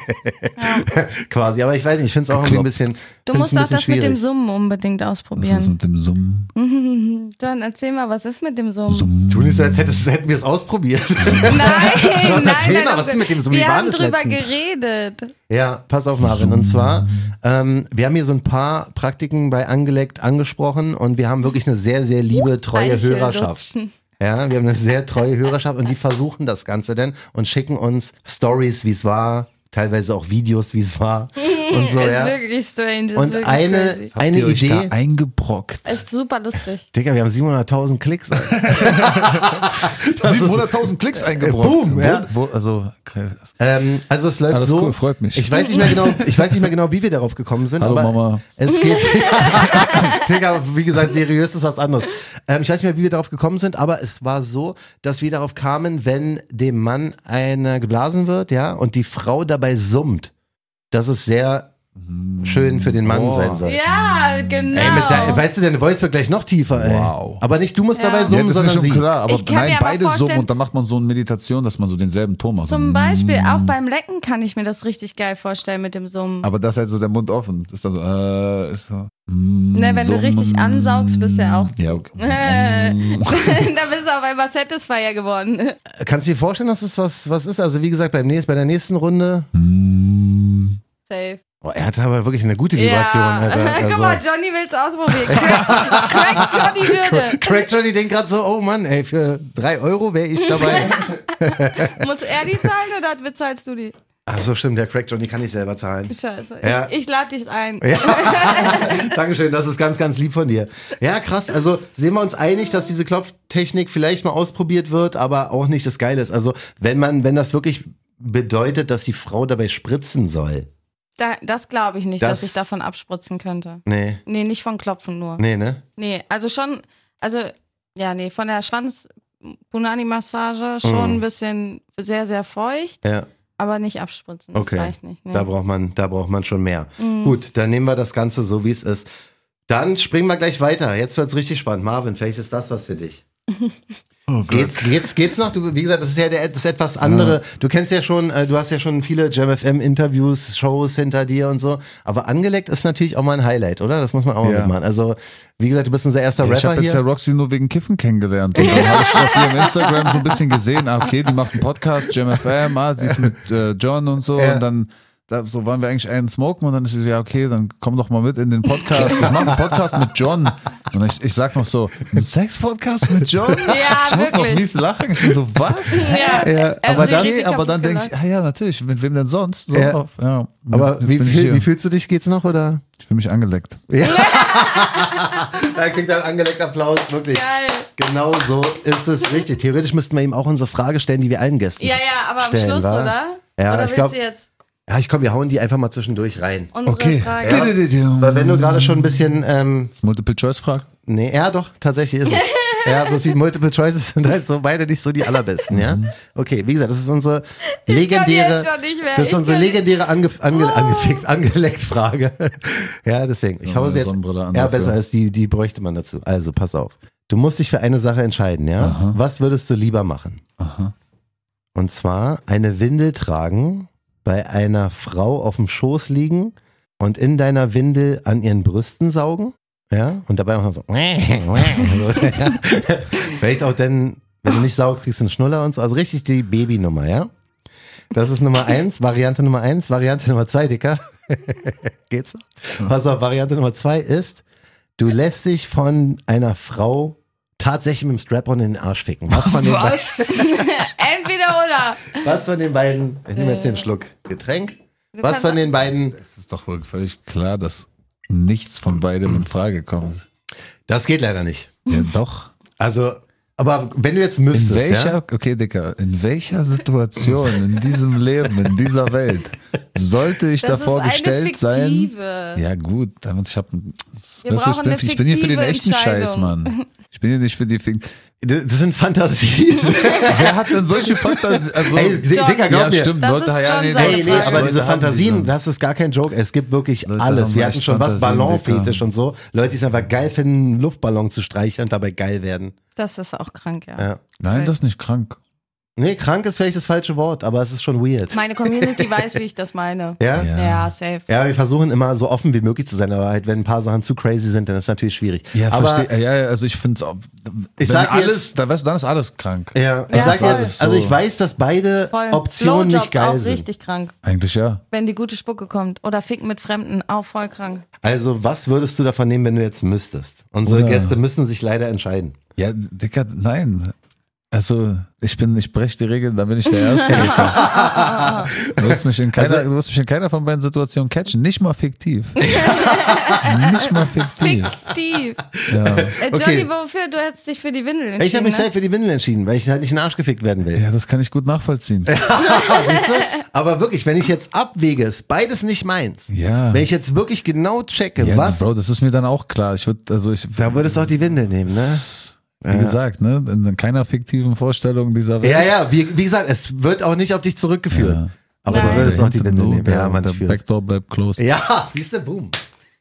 Speaker 2: Quasi. Aber ich weiß nicht, ich finde es auch irgendwie ein
Speaker 3: Geklopft.
Speaker 2: bisschen.
Speaker 4: Du
Speaker 2: find's
Speaker 4: musst
Speaker 2: ein
Speaker 4: auch
Speaker 2: bisschen
Speaker 4: das mit dem
Speaker 2: schwierig.
Speaker 4: Summen unbedingt
Speaker 3: Was ist
Speaker 4: ausprobieren.
Speaker 3: mit dem Summen?
Speaker 4: Dann erzähl mal, was ist mit dem Summen?
Speaker 3: Summen.
Speaker 2: Du nicht so, als hättest, hätten wir es ausprobiert.
Speaker 4: Nein, nein,
Speaker 2: erzähl
Speaker 4: nein.
Speaker 2: mal,
Speaker 4: aber
Speaker 2: was ist mit dem Summen? Wie
Speaker 4: wir
Speaker 2: war
Speaker 4: haben
Speaker 2: das
Speaker 4: drüber
Speaker 2: letztens?
Speaker 4: geredet.
Speaker 2: Ja, pass auf, Marvin. Und zwar, ähm, wir haben hier so ein paar Praktiken bei Angeleckt angesprochen und wir haben wirklich eine sehr, sehr liebe, treue
Speaker 4: Eichel
Speaker 2: Hörerschaft.
Speaker 4: lutschen.
Speaker 2: Ja, wir haben eine sehr treue Hörerschaft und die versuchen das Ganze denn und schicken uns Stories, wie es war, teilweise auch Videos, wie es war und so.
Speaker 4: ist
Speaker 2: Oh ja.
Speaker 4: wirklich strange. Ist
Speaker 2: Und
Speaker 4: wirklich
Speaker 2: eine,
Speaker 4: crazy.
Speaker 2: eine
Speaker 3: Habt ihr euch da
Speaker 2: Idee.
Speaker 3: eingebrockt.
Speaker 4: Ist super lustig.
Speaker 2: Digga, wir haben 700.000 Klicks.
Speaker 3: 700.000 Klicks eingebrockt.
Speaker 2: Boom,
Speaker 3: Wo-
Speaker 2: ja.
Speaker 3: wo, also,
Speaker 2: Ähm, also es läuft
Speaker 3: Alles
Speaker 2: so.
Speaker 3: cool, freut mich.
Speaker 2: Ich weiß nicht mehr genau, ich weiß nicht mehr genau, wie wir darauf gekommen sind.
Speaker 3: Hallo,
Speaker 2: aber
Speaker 3: Mama.
Speaker 2: Es geht. Digga, wie gesagt, seriös ist was anderes. Ähm, ich weiß nicht mehr, wie wir darauf gekommen sind, aber es war so, dass wir darauf kamen, wenn dem Mann einer geblasen wird, ja, und die Frau dabei summt, dass es sehr schön für den Mann
Speaker 3: Oh.
Speaker 2: sein soll.
Speaker 4: Ja, genau.
Speaker 2: Ey, mit der, weißt du, deine Voice wird gleich noch tiefer, ey.
Speaker 3: Wow.
Speaker 2: Aber nicht du musst
Speaker 4: Ja.
Speaker 2: dabei
Speaker 4: Ja,
Speaker 2: summen, sondern sie.
Speaker 3: klar, aber
Speaker 4: Ich kann mir
Speaker 3: nein,
Speaker 4: aber
Speaker 3: beide
Speaker 4: vorstellen-
Speaker 3: Summen und dann macht man so eine Meditation, dass man so denselben Ton macht. Mm.
Speaker 4: Zum Beispiel auch beim Lecken kann ich mir das richtig geil vorstellen mit dem Summen.
Speaker 3: Aber das ist halt so der Mund offen. Das ist dann so, äh, ist so. mm,
Speaker 4: Ne, wenn du
Speaker 3: Summen.
Speaker 4: richtig ansaugst, bist du ja auch zu.
Speaker 3: Ja, okay.
Speaker 4: da bist du auf einmal Satisfier geworden.
Speaker 2: Kannst du dir vorstellen, dass es was, was ist? Also, wie gesagt, beim nächsten, bei der nächsten Runde.
Speaker 3: Mm.
Speaker 4: Safe.
Speaker 2: Boah, er hat aber wirklich eine gute Vibration,
Speaker 4: ja.
Speaker 2: Alter. also-
Speaker 4: Guck mal, Johnny will's ausprobieren. Crack, Crack Johnny würde.
Speaker 2: Craig Johnny denkt gerade so, oh Mann, ey, für drei Euro wäre ich dabei.
Speaker 4: Muss er die zahlen oder bezahlst du die?
Speaker 2: Ach Ah, so, stimmt, der Craig Johnny kann ich selber zahlen.
Speaker 4: Scheiße.
Speaker 2: Ja.
Speaker 4: Ich, ich lade dich ein.
Speaker 2: Dankeschön, das ist ganz, ganz lieb von dir. Ja, krass. Also sehen wir uns einig, dass diese Klopftechnik vielleicht mal ausprobiert wird, aber auch nicht das Geile ist. Also wenn man, wenn das wirklich bedeutet, dass die Frau dabei spritzen soll.
Speaker 4: Da, das glaube ich nicht,
Speaker 2: Das-
Speaker 4: dass ich davon abspritzen könnte.
Speaker 2: Nee.
Speaker 4: Nee, nicht von Klopfen nur.
Speaker 2: Nee, ne?
Speaker 4: Nee, also schon, also, ja, nee, von der Schwanz-Punani-Massage schon
Speaker 2: Mhm.
Speaker 4: ein bisschen sehr, sehr feucht,
Speaker 2: Ja.
Speaker 4: aber nicht abspritzen. Das
Speaker 2: Okay.
Speaker 4: reicht nicht. Nee.
Speaker 2: Da braucht man, da braucht man schon mehr. Gut, dann nehmen wir das Ganze so, wie es ist. Dann springen wir gleich weiter. Jetzt wird's richtig spannend. Marvin, vielleicht ist das was für dich.
Speaker 3: Oh
Speaker 2: geht's, geht's, geht's noch? Du, wie gesagt, das ist ja der, das ist etwas andere. Du kennst ja schon, äh, du hast ja schon viele JamFM-Interviews, Shows hinter dir und so. Aber angeleckt ist natürlich auch mal ein Highlight, oder? Das muss man auch mal
Speaker 3: Ja.
Speaker 2: mitmachen. Also, wie gesagt, du bist unser erster
Speaker 3: Ich
Speaker 2: Rapper
Speaker 3: habe jetzt ja
Speaker 2: hier.
Speaker 3: Roxy nur wegen Kiffen kennengelernt. Und dann habe ich auf ihrem Instagram so ein bisschen gesehen, ah, okay, die macht einen Podcast, Jam FM, ah, sie ist mit äh, John und so.
Speaker 2: Ja.
Speaker 3: Und dann da, so waren wir eigentlich einen smoken und dann ist sie so, ja, okay, dann komm doch mal mit in den Podcast. Ich mache einen Podcast mit John. Und ich, ich sag noch so, ein Sex-Podcast mit John?
Speaker 4: Ja,
Speaker 3: ich muss noch
Speaker 4: wirklich.
Speaker 3: mies lachen. Ich bin so, was?
Speaker 4: Ja,
Speaker 2: Ja,
Speaker 4: er hat
Speaker 3: aber
Speaker 4: sich
Speaker 3: dann,
Speaker 4: richtig
Speaker 3: aber
Speaker 4: kaputt
Speaker 3: dann denk
Speaker 4: gelacht.
Speaker 3: ich, ah ja, natürlich, mit wem denn sonst? So,
Speaker 2: Ja.
Speaker 3: auf, ja.
Speaker 2: Aber
Speaker 3: Jetzt
Speaker 2: wie,
Speaker 3: bin ich
Speaker 2: wie,
Speaker 3: hier.
Speaker 2: wie fühlst du dich? Geht's noch, oder?
Speaker 3: Ich fühle mich angeleckt.
Speaker 2: Da kriegt er einen angeleckt Applaus, wirklich.
Speaker 4: Geil.
Speaker 2: Genau so ist es richtig. Theoretisch müssten wir ihm auch unsere Frage stellen, die wir allen Gästen.
Speaker 4: Ja, ja, aber am
Speaker 2: Stellen,
Speaker 4: Schluss,
Speaker 2: wa?
Speaker 4: oder?
Speaker 2: Ja,
Speaker 4: oder
Speaker 2: ich
Speaker 4: willst
Speaker 2: glaub-
Speaker 4: du jetzt
Speaker 2: Ja, ich komm, wir hauen die einfach mal zwischendurch rein.
Speaker 4: unsere Frage?
Speaker 2: Ja. Weil wenn du gerade schon ein bisschen, ähm,
Speaker 3: Das Multiple-Choice-Frage.
Speaker 2: nee, ja doch, tatsächlich ist es. Ja, bloß die Multiple Choices sind halt so beide nicht so die allerbesten, ja?
Speaker 3: Mhm.
Speaker 2: Okay, wie gesagt, das ist unsere legendäre,
Speaker 4: jetzt schon nicht mehr.
Speaker 2: das ist
Speaker 4: Ich Oh.
Speaker 2: unsere
Speaker 4: kann-
Speaker 2: legendäre ange, ange, angefixt, angeleckt Frage. Ja, deswegen, ich
Speaker 3: Ja,
Speaker 2: hau
Speaker 3: eine
Speaker 2: sie jetzt,
Speaker 3: Sonnenbrille an
Speaker 2: ja,
Speaker 3: dafür.
Speaker 2: besser als die, die bräuchte man dazu. Also, pass auf. Du musst dich für eine Sache entscheiden, ja? Was würdest du lieber machen?
Speaker 3: Aha.
Speaker 2: Und zwar eine Windel tragen, bei einer Frau auf dem Schoß liegen und in deiner Windel an ihren Brüsten saugen. Ja, und dabei machen so. so ja. Vielleicht auch denn, wenn du nicht saugst, kriegst du einen Schnuller und so. Also richtig die Babynummer, ja? Das ist Nummer eins, Variante Nummer eins, Variante Nummer zwei, Dicker. Geht's noch? Pass auf, Variante Nummer zwei ist, du lässt dich von einer Frau tatsächlich mit dem Strap-on in den Arsch ficken. Was von den beiden?
Speaker 4: Entweder oder.
Speaker 2: Was von den beiden? Ich nehme jetzt den Schluck Getränk. Was
Speaker 4: Äh. kannst-
Speaker 2: von den beiden?
Speaker 3: Es ist doch wohl völlig klar, dass nichts von beidem in Frage kommt.
Speaker 2: Das geht leider nicht.
Speaker 3: Ja, doch.
Speaker 2: Also, aber wenn du jetzt
Speaker 3: In
Speaker 2: müsstest,
Speaker 3: welcher,
Speaker 2: ja?
Speaker 3: okay, Dicker, in welcher Situation in diesem Leben, in dieser Welt Sollte ich
Speaker 4: Das
Speaker 3: davor
Speaker 4: ist eine
Speaker 3: gestellt sein?
Speaker 4: fiktive.
Speaker 3: Ja gut, damit ich, hab,
Speaker 4: Wir brauchen
Speaker 3: ich, bin,
Speaker 4: eine
Speaker 3: ich bin hier für den
Speaker 4: fiktive
Speaker 3: echten Scheiß,
Speaker 4: Entscheidung.
Speaker 3: Mann. Ich bin hier nicht für die fik
Speaker 2: Das das sind Fantasien.
Speaker 3: Wer hat denn solche Fantasien? Also,
Speaker 2: Ey, Di-
Speaker 4: John.
Speaker 2: Digga, glaub
Speaker 3: ja,
Speaker 2: mir.
Speaker 3: stimmt.
Speaker 4: Das
Speaker 3: Leute,
Speaker 4: ist
Speaker 3: ja,
Speaker 4: schon
Speaker 3: nee,
Speaker 4: so
Speaker 3: das
Speaker 4: eine
Speaker 2: Ey,
Speaker 3: ist- eh
Speaker 2: nee,
Speaker 4: Leute
Speaker 2: aber
Speaker 3: Leute
Speaker 2: diese
Speaker 3: haben
Speaker 2: Fantasien,
Speaker 3: diese.
Speaker 2: das ist gar kein Joke. Es gibt wirklich
Speaker 3: Leute
Speaker 2: alles.
Speaker 3: haben
Speaker 2: Wir hatten
Speaker 3: echt
Speaker 2: schon was,
Speaker 3: Fantasien,
Speaker 2: Ballonfetisch
Speaker 3: Dicker.
Speaker 2: und so. Leute, die es einfach geil finden, einen Luftballon zu streicheln und dabei geil werden.
Speaker 4: Das ist auch krank, ja.
Speaker 2: Ja.
Speaker 3: Nein, das ist nicht krank.
Speaker 2: Nee, krank ist vielleicht das falsche Wort, aber es ist schon weird.
Speaker 4: Meine Community weiß, wie ich das meine.
Speaker 2: Ja?
Speaker 3: Ja.
Speaker 2: ja?
Speaker 4: Ja, safe.
Speaker 2: wir versuchen immer so offen wie möglich zu sein, aber halt, wenn ein paar Sachen zu crazy sind, dann ist es natürlich schwierig.
Speaker 3: Ja,
Speaker 2: aber,
Speaker 3: verstehe. Ja, ja, also ich finde es auch.
Speaker 2: Ich
Speaker 3: wenn
Speaker 2: sag
Speaker 3: alles,
Speaker 2: jetzt-
Speaker 3: da weißt du, dann ist alles krank.
Speaker 2: Ja, ich
Speaker 4: Ja,
Speaker 2: sag
Speaker 4: voll.
Speaker 2: jetzt, also ich weiß, dass beide
Speaker 4: Voll.
Speaker 2: Optionen
Speaker 4: Blowjobs
Speaker 2: nicht geil
Speaker 4: auch
Speaker 2: sind.
Speaker 4: richtig krank,
Speaker 3: Eigentlich ja.
Speaker 4: wenn die gute Spucke kommt. Oder Ficken mit Fremden, auch voll krank.
Speaker 2: Also, was würdest du davon nehmen, wenn du jetzt müsstest? Unsere
Speaker 3: Oder-
Speaker 2: Gäste müssen sich leider entscheiden.
Speaker 3: Ja, Dicker, nein. Also, ich bin, ich breche die Regeln, dann bin ich der Erste. Dicker. du, wirst mich in keiner,
Speaker 2: Also-
Speaker 3: du wirst mich in keiner von beiden Situationen catchen. Nicht mal fiktiv. Nicht mal fiktiv.
Speaker 4: Fiktiv.
Speaker 3: Ja.
Speaker 4: Äh, Johnny,
Speaker 2: Ah, Okay.
Speaker 4: wofür? Du hättest dich für die Windel entschieden.
Speaker 2: Ich habe mich
Speaker 4: ne?
Speaker 2: halt für die Windel entschieden, weil ich halt nicht in den Arsch gefickt werden will.
Speaker 3: ja, das kann ich gut nachvollziehen.
Speaker 2: Siehst du? Aber wirklich, wenn ich jetzt abwäge, ist beides nicht meins.
Speaker 3: Ja.
Speaker 2: Wenn ich jetzt wirklich genau checke,
Speaker 3: Ja,
Speaker 2: was,
Speaker 3: Bro, das ist mir dann auch klar. Ich würde, also ich,
Speaker 2: da würdest du auch die Windel nehmen, ne?
Speaker 3: wie gesagt, ne, in keiner fiktiven Vorstellung dieser Welt.
Speaker 2: Ja, ja, wie, wie gesagt, es wird auch nicht auf dich zurückgeführt.
Speaker 3: Ja.
Speaker 2: Aber
Speaker 4: Nein.
Speaker 2: du würdest auch die
Speaker 3: Hinten
Speaker 2: Windel
Speaker 3: so,
Speaker 2: nehmen.
Speaker 3: der-
Speaker 2: Ja, man
Speaker 3: der
Speaker 2: spürt's.
Speaker 3: Backdoor bleibt closed.
Speaker 2: Ja, siehst du, boom.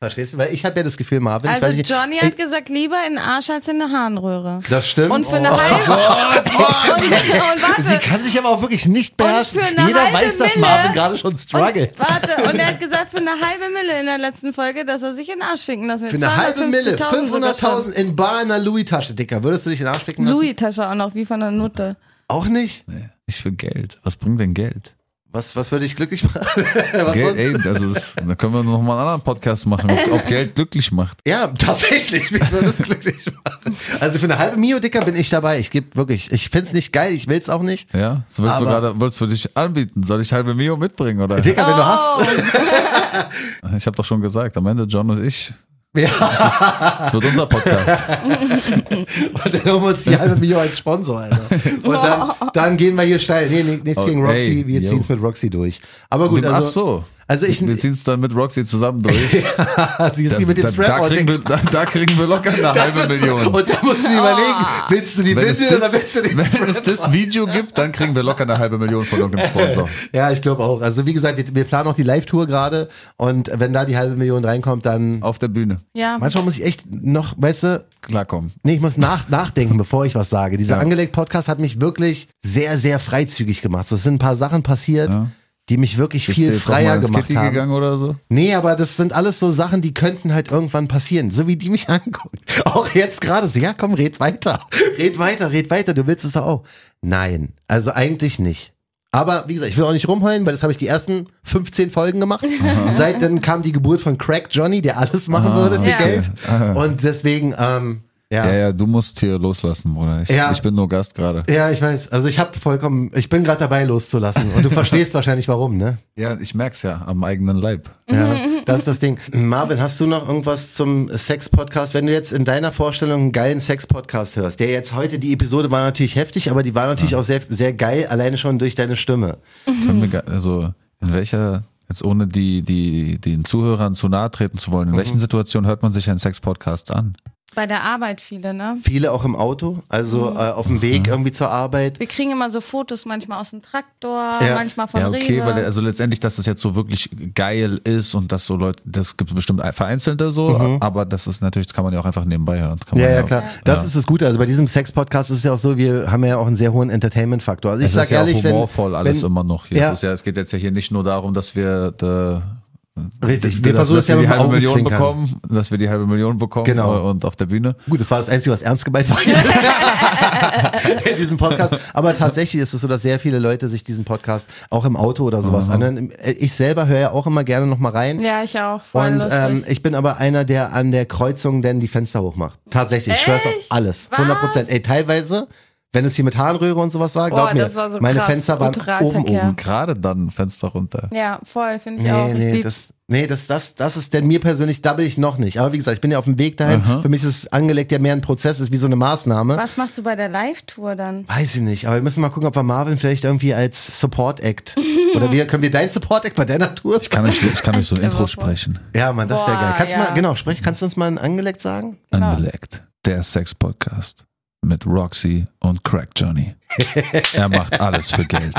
Speaker 2: Verstehst du? Weil ich habe ja das Gefühl, Marvin, ich
Speaker 4: Also
Speaker 2: weiß nicht,
Speaker 4: Johnny hat gesagt, lieber in den Arsch als in eine Harnröhre.
Speaker 2: Äh, das stimmt.
Speaker 4: Und für eine
Speaker 2: Oh.
Speaker 4: halbe. und, und
Speaker 2: Sie
Speaker 4: warte.
Speaker 2: kann sich aber auch wirklich nicht beherrschen.
Speaker 4: für eine
Speaker 2: Jeder
Speaker 4: halbe
Speaker 2: weiß, dass
Speaker 4: Mille-
Speaker 2: Marvin gerade schon struggelt.
Speaker 4: Und, warte, und er hat gesagt, für eine halbe Mille in der letzten Folge, dass er sich in den Arsch finken lassen will.
Speaker 2: Für eine halbe Mille,
Speaker 4: 250.000 sogar schon.
Speaker 2: 500.000 in bar in einer Louis-Tasche, Dicker. Würdest du dich in den Arsch ficken lassen?
Speaker 4: Louis-Tasche auch noch, wie von der Nutte.
Speaker 2: Auch nicht?
Speaker 3: Nicht für Geld. Was bringt denn Geld?
Speaker 2: Was, was würde ich glücklich machen? was
Speaker 3: Geld
Speaker 2: sonst?
Speaker 3: ey, also das, da können wir noch mal einen anderen Podcast machen, ob- ob Geld glücklich macht.
Speaker 2: Ja, tatsächlich, mich würde es glücklich machen. Also für eine halbe Mio, Dicker, bin ich dabei. Ich gebe wirklich, ich find's nicht geil, ich will's auch nicht.
Speaker 3: Ja, so willst du
Speaker 2: Aber-
Speaker 3: gerade, wolltest du dich anbieten? Soll ich halbe Mio mitbringen oder?
Speaker 2: Dicker,
Speaker 4: Oh.
Speaker 2: wenn du hast.
Speaker 3: Ich habe doch schon gesagt, am Ende John und ich.
Speaker 2: Ja,
Speaker 3: Das wird unser Podcast.
Speaker 2: und dann holen wir uns die halbe Mio als Sponsor, Alter. Und dann,
Speaker 4: Oh.
Speaker 2: dann gehen wir hier steil. Nee, nee nichts
Speaker 3: Oh,
Speaker 2: gegen Roxy,
Speaker 3: ey,
Speaker 2: wir
Speaker 3: yo.
Speaker 2: ziehen's mit Roxy durch. Aber gut,
Speaker 3: Ach
Speaker 2: also,
Speaker 3: so.
Speaker 2: also ich, ah,
Speaker 3: wir ziehen es dann mit Roxy zusammen durch.
Speaker 2: sie ist die
Speaker 3: Das-
Speaker 2: mit dem
Speaker 3: da, da,
Speaker 2: Strap-On.
Speaker 3: kriegen wir, da, da kriegen wir locker eine
Speaker 2: Da
Speaker 3: halbe
Speaker 2: musst du-
Speaker 3: Million.
Speaker 2: Und da musst du dir überlegen, willst du die
Speaker 3: Wenn es,
Speaker 2: Windel oder
Speaker 3: das,
Speaker 2: willst du den
Speaker 3: wenn es das Video gibt, dann kriegen wir locker eine halbe Million von irgendeinem Sponsor.
Speaker 2: Ja, ich glaube auch. Also wie gesagt, wir, wir planen auch die Live-Tour gerade und wenn da die halbe Million reinkommt, dann
Speaker 3: Auf der Bühne.
Speaker 4: Ja.
Speaker 2: manchmal muss ich echt noch, weißt du,
Speaker 3: Klarkommen.
Speaker 2: nee, ich muss nach, nachdenken, bevor ich was sage. Dieser
Speaker 3: Ja.
Speaker 2: Angelegt-Podcast hat mich wirklich sehr, sehr freizügig gemacht. So, es sind ein paar Sachen passiert,
Speaker 3: Ja.
Speaker 2: die mich wirklich
Speaker 3: Bist
Speaker 2: viel
Speaker 3: du jetzt auch mal
Speaker 2: freier
Speaker 3: ins
Speaker 2: gemacht
Speaker 3: Kitty
Speaker 2: haben.
Speaker 3: gegangen oder so?
Speaker 2: Nee, aber das sind alles so Sachen, die könnten halt irgendwann passieren. So wie die mich angucken. Auch jetzt gerade so, ja komm, red weiter. Red weiter, red weiter, du willst es doch auch. Nein, also eigentlich nicht. Aber wie gesagt, ich will auch nicht rumheulen, weil das habe ich die ersten 15 Folgen gemacht. Seit dann kam die Geburt von Crack Johnny, der alles machen würde für
Speaker 4: Ja.
Speaker 2: Geld. Und deswegen, ähm, ja.
Speaker 3: Ja,
Speaker 2: ja.
Speaker 3: ja, du musst hier loslassen, Bruder. Ich,
Speaker 2: Ja.
Speaker 3: ich bin nur Gast gerade.
Speaker 2: ich weiß. Also ich habe vollkommen, ich bin gerade dabei loszulassen. Und du verstehst wahrscheinlich warum, ne?
Speaker 3: Ja, ich merk's ja am eigenen Leib.
Speaker 2: Ja, das ist das Ding. Marvin, hast du noch irgendwas zum Sex-Podcast? Wenn du jetzt in deiner Vorstellung einen geilen Sex-Podcast hörst, der jetzt heute, die Episode war natürlich heftig, aber die war natürlich auch sehr, sehr geil, alleine schon durch deine Stimme.
Speaker 3: Können
Speaker 2: Mhm.
Speaker 3: wir, gar- also in welcher, jetzt ohne die, die, den Zuhörern zu nahe treten zu
Speaker 2: Mhm.
Speaker 3: wollen, in welchen Situationen hört man sich einen Sex-Podcast an?
Speaker 4: Bei der Arbeit viele, ne?
Speaker 2: Viele auch im Auto, also äh, auf dem Weg irgendwie zur Arbeit.
Speaker 4: Wir kriegen immer so Fotos, manchmal aus dem Traktor,
Speaker 2: Ja.
Speaker 4: manchmal von
Speaker 3: ja, okay,
Speaker 4: Rewe.
Speaker 3: weil also letztendlich, dass das jetzt so wirklich geil ist und dass so Leute, das gibt es bestimmt vereinzelte so, aber das ist natürlich, das kann man ja auch einfach nebenbei hören. Kann
Speaker 2: Mhm. Ja,
Speaker 3: man
Speaker 2: Genau. ja, klar. Das ist das Gute. Also bei diesem Sex-Podcast ist es ja auch so, wir haben ja auch einen sehr hohen Entertainment-Faktor. Also ich
Speaker 3: Es
Speaker 2: sag
Speaker 3: ist ja
Speaker 2: ehrlich,
Speaker 3: auch
Speaker 2: wenn,
Speaker 3: humorvoll alles
Speaker 2: wenn,
Speaker 3: immer noch. Hier.
Speaker 2: Ja.
Speaker 3: Es, ist ja, es geht jetzt ja hier nicht nur darum, dass wir da,
Speaker 2: Richtig,
Speaker 3: dass
Speaker 2: wir
Speaker 3: dass
Speaker 2: versuchen es ja
Speaker 3: wir die
Speaker 2: mit dem
Speaker 3: halbe Million
Speaker 2: Augenzwinkern.
Speaker 3: bekommen, dass wir die halbe Million bekommen
Speaker 2: Genau.
Speaker 3: äh, und auf der Bühne.
Speaker 2: Gut, das war das Einzige, was ernst gemeint war in diesem Podcast. Aber tatsächlich ist es so, dass sehr viele Leute sich diesen Podcast auch im Auto oder sowas anhören. Ich selber höre ja auch immer gerne nochmal rein.
Speaker 4: ja, ich auch. Voll
Speaker 2: Und
Speaker 4: lustig.
Speaker 2: ähm, ich bin aber einer, der an der Kreuzung denn die Fenster hochmacht. Tatsächlich, ich schwör's auf alles. 100 Prozent. Ey, teilweise Wenn es hier mit Harnröhre und sowas war, glaub
Speaker 4: Boah,
Speaker 2: mir,
Speaker 4: das war so
Speaker 2: meine
Speaker 4: krass.
Speaker 2: Fenster waren oben
Speaker 4: Gutturalverkehr.
Speaker 2: oben.
Speaker 3: um Gerade dann Fenster runter.
Speaker 4: Ja, voll, finde ich auch.
Speaker 2: Nee,
Speaker 4: Ich
Speaker 2: nee,
Speaker 4: lieb's.
Speaker 2: das, nee das, das, das ist denn mir persönlich, da bin ich noch nicht. Aber wie gesagt, ich bin ja auf dem Weg dahin.
Speaker 3: Aha.
Speaker 2: Für mich ist es angelegt ja mehr ein Prozess, ist wie so eine Maßnahme.
Speaker 4: Was machst du bei der Live-Tour dann?
Speaker 2: Weiß ich nicht, aber wir müssen mal gucken, ob wir Marvin vielleicht irgendwie als Support Act oder wir können wir dein Support Act bei der Natur?
Speaker 3: Ich kann nicht, ich kann nicht so ein
Speaker 4: Letzte
Speaker 3: Intro
Speaker 4: Woche.
Speaker 3: sprechen.
Speaker 2: Ja, Mann, das wäre
Speaker 4: Boah,
Speaker 2: geil. Kannst du
Speaker 4: ja.
Speaker 2: mal genau sprich, kannst du uns mal ein angelegt sagen?
Speaker 4: Genau.
Speaker 3: Unbelegt. Der Sex-Podcast mit Roxy und Crack Johnny. er macht alles für Geld.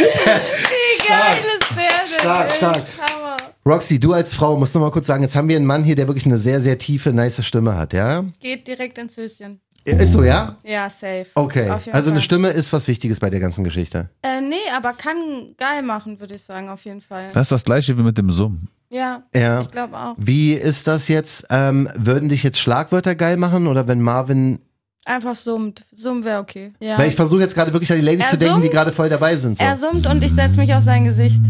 Speaker 4: Wie geil ist der denn?
Speaker 2: Stark, stark.
Speaker 4: Hammer.
Speaker 2: Roxy, du als Frau musst noch mal kurz sagen, jetzt haben wir einen Mann hier, der wirklich eine sehr sehr tiefe, nice Stimme hat, ja?
Speaker 4: Geht direkt ins Höschen.
Speaker 2: Ist
Speaker 3: Oh.
Speaker 2: so, ja?
Speaker 4: Ja, safe.
Speaker 2: Okay.
Speaker 4: Auf jeden
Speaker 2: Also eine
Speaker 4: Fall.
Speaker 2: Stimme ist was Wichtiges bei der ganzen Geschichte.
Speaker 4: Äh, nee, aber kann geil machen, würde ich sagen, auf jeden Fall.
Speaker 3: Das ist das gleiche wie mit dem Summen.
Speaker 4: Ja,
Speaker 2: Äh, Ja.
Speaker 4: ich glaube auch.
Speaker 2: Wie ist das jetzt? Ähm, würden dich jetzt Schlagwörter geil machen oder wenn Marvin?
Speaker 4: Einfach summt. Summen wäre okay. Ja.
Speaker 2: Weil ich versuche jetzt gerade wirklich an die Ladies
Speaker 4: Er
Speaker 2: zu denken, die
Speaker 4: summt.
Speaker 2: gerade voll dabei sind. So.
Speaker 4: Er summt und ich setze mich auf sein Gesicht.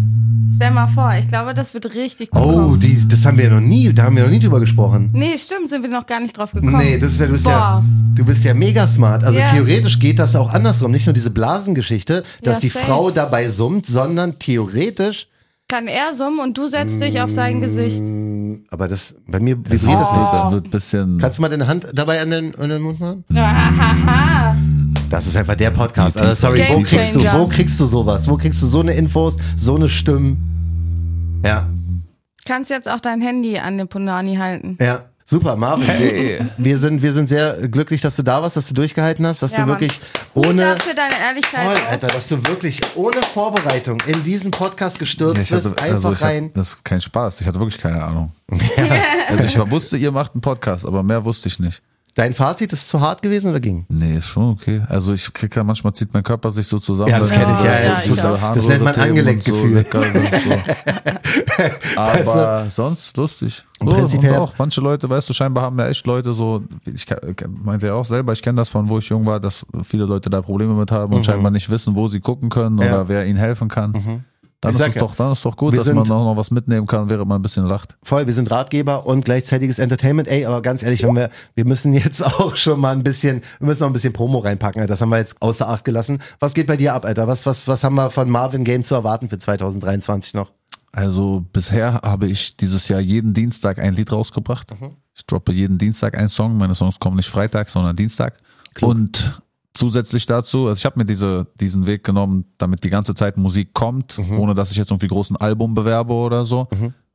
Speaker 4: Stell mal vor, ich glaube, das wird richtig gut
Speaker 2: Oh,
Speaker 4: kommen.
Speaker 2: die, das haben wir ja noch nie, da haben wir noch nie drüber gesprochen.
Speaker 4: Nee, stimmt, sind wir noch gar nicht drauf gekommen.
Speaker 2: Nee, das ist ja, du bist ja,
Speaker 4: Boah.
Speaker 2: du bist ja mega smart. Also
Speaker 4: Ja.
Speaker 2: theoretisch geht das auch andersrum. Nicht nur diese Blasengeschichte, dass
Speaker 4: Ja,
Speaker 2: die
Speaker 4: safe.
Speaker 2: Frau dabei summt, sondern theoretisch,
Speaker 4: Kann er summen und du setzt dich auf sein Gesicht.
Speaker 2: Mm, aber das, bei mir, wieso geht das nicht
Speaker 3: Das
Speaker 2: so?
Speaker 3: wird ein bisschen.
Speaker 2: Kannst du mal deine Hand dabei an den, an den Mund machen?
Speaker 4: Ah,
Speaker 2: Das ist einfach der Podcast.
Speaker 3: Die- die-
Speaker 2: Also, sorry,
Speaker 4: Game
Speaker 2: wo kriegst, du,
Speaker 4: Changer.
Speaker 2: wo kriegst du sowas? Wo kriegst du so eine Infos, so eine Stimmen? Ja,
Speaker 4: Kannst jetzt auch dein Handy an den Punani halten.
Speaker 2: ja. Super, Marvin.
Speaker 3: Hey.
Speaker 2: Wir sind, wir sind sehr glücklich, dass du da warst, dass du durchgehalten hast, dass
Speaker 4: Ja,
Speaker 2: du
Speaker 4: Mann.
Speaker 2: wirklich
Speaker 4: Gut
Speaker 2: ohne,
Speaker 4: ab für deine Ehrlichkeit.
Speaker 2: Voll,
Speaker 4: auch.
Speaker 2: Alter, dass du wirklich ohne Vorbereitung in diesen Podcast
Speaker 3: Ja,
Speaker 2: gestürzt
Speaker 3: ich hatte,
Speaker 2: bist,
Speaker 3: also
Speaker 2: einfach
Speaker 3: ich hatte,
Speaker 2: rein.
Speaker 3: das ist kein Spaß. Ich hatte wirklich keine Ahnung. Also ich war- wusste, ihr macht einen Podcast, aber mehr wusste ich nicht.
Speaker 2: Dein Fazit ist zu hart gewesen oder ging?
Speaker 3: Nee, ist schon okay. Also ich krieg da manchmal zieht mein Körper sich so zusammen.
Speaker 2: Ja, das
Speaker 3: Dann-
Speaker 2: kenn ich, ja,
Speaker 4: ja,
Speaker 3: das,
Speaker 4: ich
Speaker 3: ist so
Speaker 4: auch.
Speaker 3: Harnröhre-
Speaker 2: Das nennt man
Speaker 3: Themen
Speaker 2: angelegt
Speaker 3: und so,
Speaker 2: Gefühl.
Speaker 3: lecker und so. Aber sonst lustig. So, und
Speaker 2: prinzipiell-
Speaker 3: auch manche Leute, weißt du, scheinbar haben ja echt Leute so, ich ke- ke- meinte ja auch selber, ich kenne das von wo ich jung war, dass viele Leute da Probleme mit haben und scheinbar nicht wissen, wo sie gucken können
Speaker 2: Mhm. Ja. Mhm.
Speaker 3: oder wer ihnen helfen kann. Dann
Speaker 2: Ich
Speaker 3: ist,
Speaker 2: sag
Speaker 3: es
Speaker 2: ja,
Speaker 3: doch, dann ist doch gut,
Speaker 2: wir
Speaker 3: dass man
Speaker 2: sind-
Speaker 3: auch noch was mitnehmen kann, während man ein bisschen lacht.
Speaker 2: Voll, wir sind Ratgeber und gleichzeitiges Entertainment. Ey, aber ganz ehrlich, wenn wir, wir müssen jetzt auch schon mal ein bisschen, wir müssen noch ein bisschen Promo reinpacken. Alter. Das haben wir jetzt außer Acht gelassen. Was geht bei dir ab, Alter? Was, was, was haben wir von Marvin Game zu erwarten für 2023 noch?
Speaker 3: Also bisher habe ich dieses Jahr jeden Dienstag ein Lied rausgebracht. Ich droppe jeden Dienstag einen Song. Meine Songs kommen nicht Freitag, sondern Dienstag. Und zusätzlich dazu, also ich habe mir diese, diesen Weg genommen, damit die ganze Zeit Musik kommt, ohne dass ich jetzt irgendwie großen Album bewerbe oder so.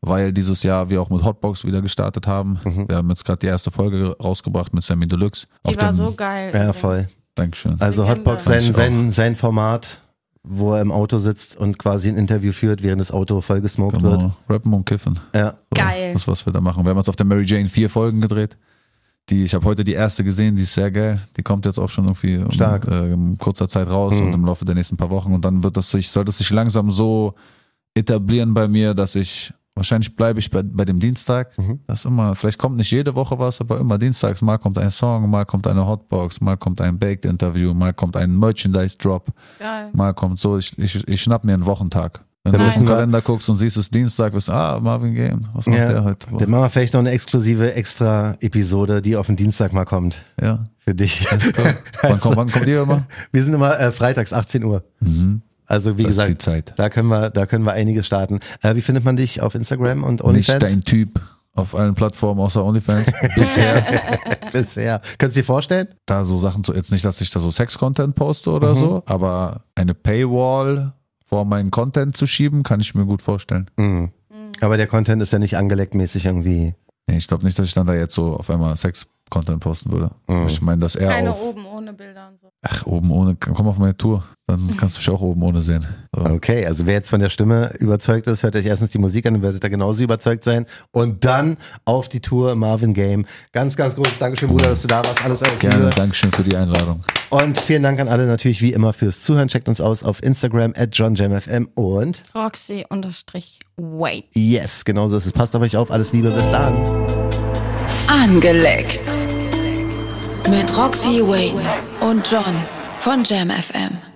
Speaker 3: Weil dieses Jahr wir auch mit Hotbox wieder gestartet haben. Wir haben jetzt gerade die erste Folge rausgebracht mit Sammy Deluxe.
Speaker 4: Die war
Speaker 3: dem-
Speaker 4: so geil.
Speaker 2: Ja,
Speaker 4: übrigens.
Speaker 2: voll.
Speaker 3: Dankeschön.
Speaker 2: Also
Speaker 4: Legende.
Speaker 2: Hotbox,
Speaker 3: Fand
Speaker 2: sein,
Speaker 3: ich
Speaker 2: sein, sein Format, wo er im Auto sitzt und quasi ein Interview führt, während das Auto voll gesmoked wird.
Speaker 3: Genau. Rappen und Kiffen.
Speaker 2: Ja.
Speaker 3: So,
Speaker 4: Geil.
Speaker 3: Das, ist, was wir da machen. Wir haben jetzt auf der Mary Jane vier Folgen gedreht. Die, ich habe heute die erste gesehen, die ist sehr geil. Die kommt jetzt auch schon irgendwie um,
Speaker 2: Stark.
Speaker 3: Äh, in kurzer Zeit raus und im Laufe der nächsten paar Wochen. Und dann wird das sich, soll das sich langsam so etablieren bei mir, dass ich wahrscheinlich bleibe ich bei, bei dem Dienstag. Das immer, vielleicht kommt nicht jede Woche was, aber immer dienstags. Mal kommt ein Song, mal kommt eine Hotbox, mal kommt ein Baked-Interview, mal kommt ein Merchandise-Drop.
Speaker 4: Geil.
Speaker 3: Mal kommt so, ich, ich, ich schnapp mir einen Wochentag. Wenn
Speaker 2: Dann
Speaker 3: du auf
Speaker 2: wissen
Speaker 3: den
Speaker 2: wir-
Speaker 3: Kalender guckst und siehst, es ist Dienstag, wirst du, ah, Marvin Game, was macht der heute?
Speaker 2: Dann machen wir vielleicht noch eine exklusive extra Episode, die auf den Dienstag mal kommt.
Speaker 3: ja.
Speaker 2: Für dich. Also
Speaker 3: Wann, kommt, wann kommt ihr immer? Mhm.
Speaker 2: Wir sind immer äh, freitags, 18 Uhr. Also wie
Speaker 3: Das ist die
Speaker 2: gesagt,
Speaker 3: Zeit.
Speaker 2: da können wir, da können wir einiges starten. Äh, wie findet man dich auf Instagram und
Speaker 3: Nicht
Speaker 2: OnlyFans
Speaker 3: dein Typ auf allen Plattformen außer OnlyFans. Bisher.
Speaker 2: bisher? Könntest du dir vorstellen?
Speaker 3: da so Sachen zu, jetzt nicht, dass ich da so Sex-Content poste
Speaker 2: Mhm.
Speaker 3: oder so, aber eine Paywall vor meinen Content zu schieben, kann ich mir gut vorstellen.
Speaker 2: Mhm. Aber der Content ist ja nicht angelegt mäßig irgendwie.
Speaker 3: Nee, ich glaube nicht, dass ich dann da jetzt so auf einmal Sex-Content posten würde.
Speaker 2: Mhm.
Speaker 3: Ich meine, dass er
Speaker 4: Keine
Speaker 3: auf
Speaker 4: oben ohne Bilder und so.
Speaker 3: Ach, oben ohne, komm auf meine Tour, dann kannst du mich auch oben ohne sehen. So.
Speaker 2: Okay, also wer jetzt von der Stimme überzeugt ist, hört euch erstens die Musik an, dann werdet ihr genauso überzeugt sein. Und dann auf die Tour Marvin Game. Ganz, ganz großes Dankeschön, Bruder, dass du da warst. Alles, alles
Speaker 3: Gerne,
Speaker 2: Liebe.
Speaker 3: Dankeschön für die Einladung.
Speaker 2: Und vielen Dank an alle natürlich wie immer fürs Zuhören. Checkt uns aus auf Instagram at johnjamfm und
Speaker 4: Roxy unterstrich Wait.
Speaker 2: yes, genauso ist es. Passt auf euch auf. Alles Liebe, bis dann.
Speaker 1: Angelegt. Mit Roxy Wayne und John von Jam FM.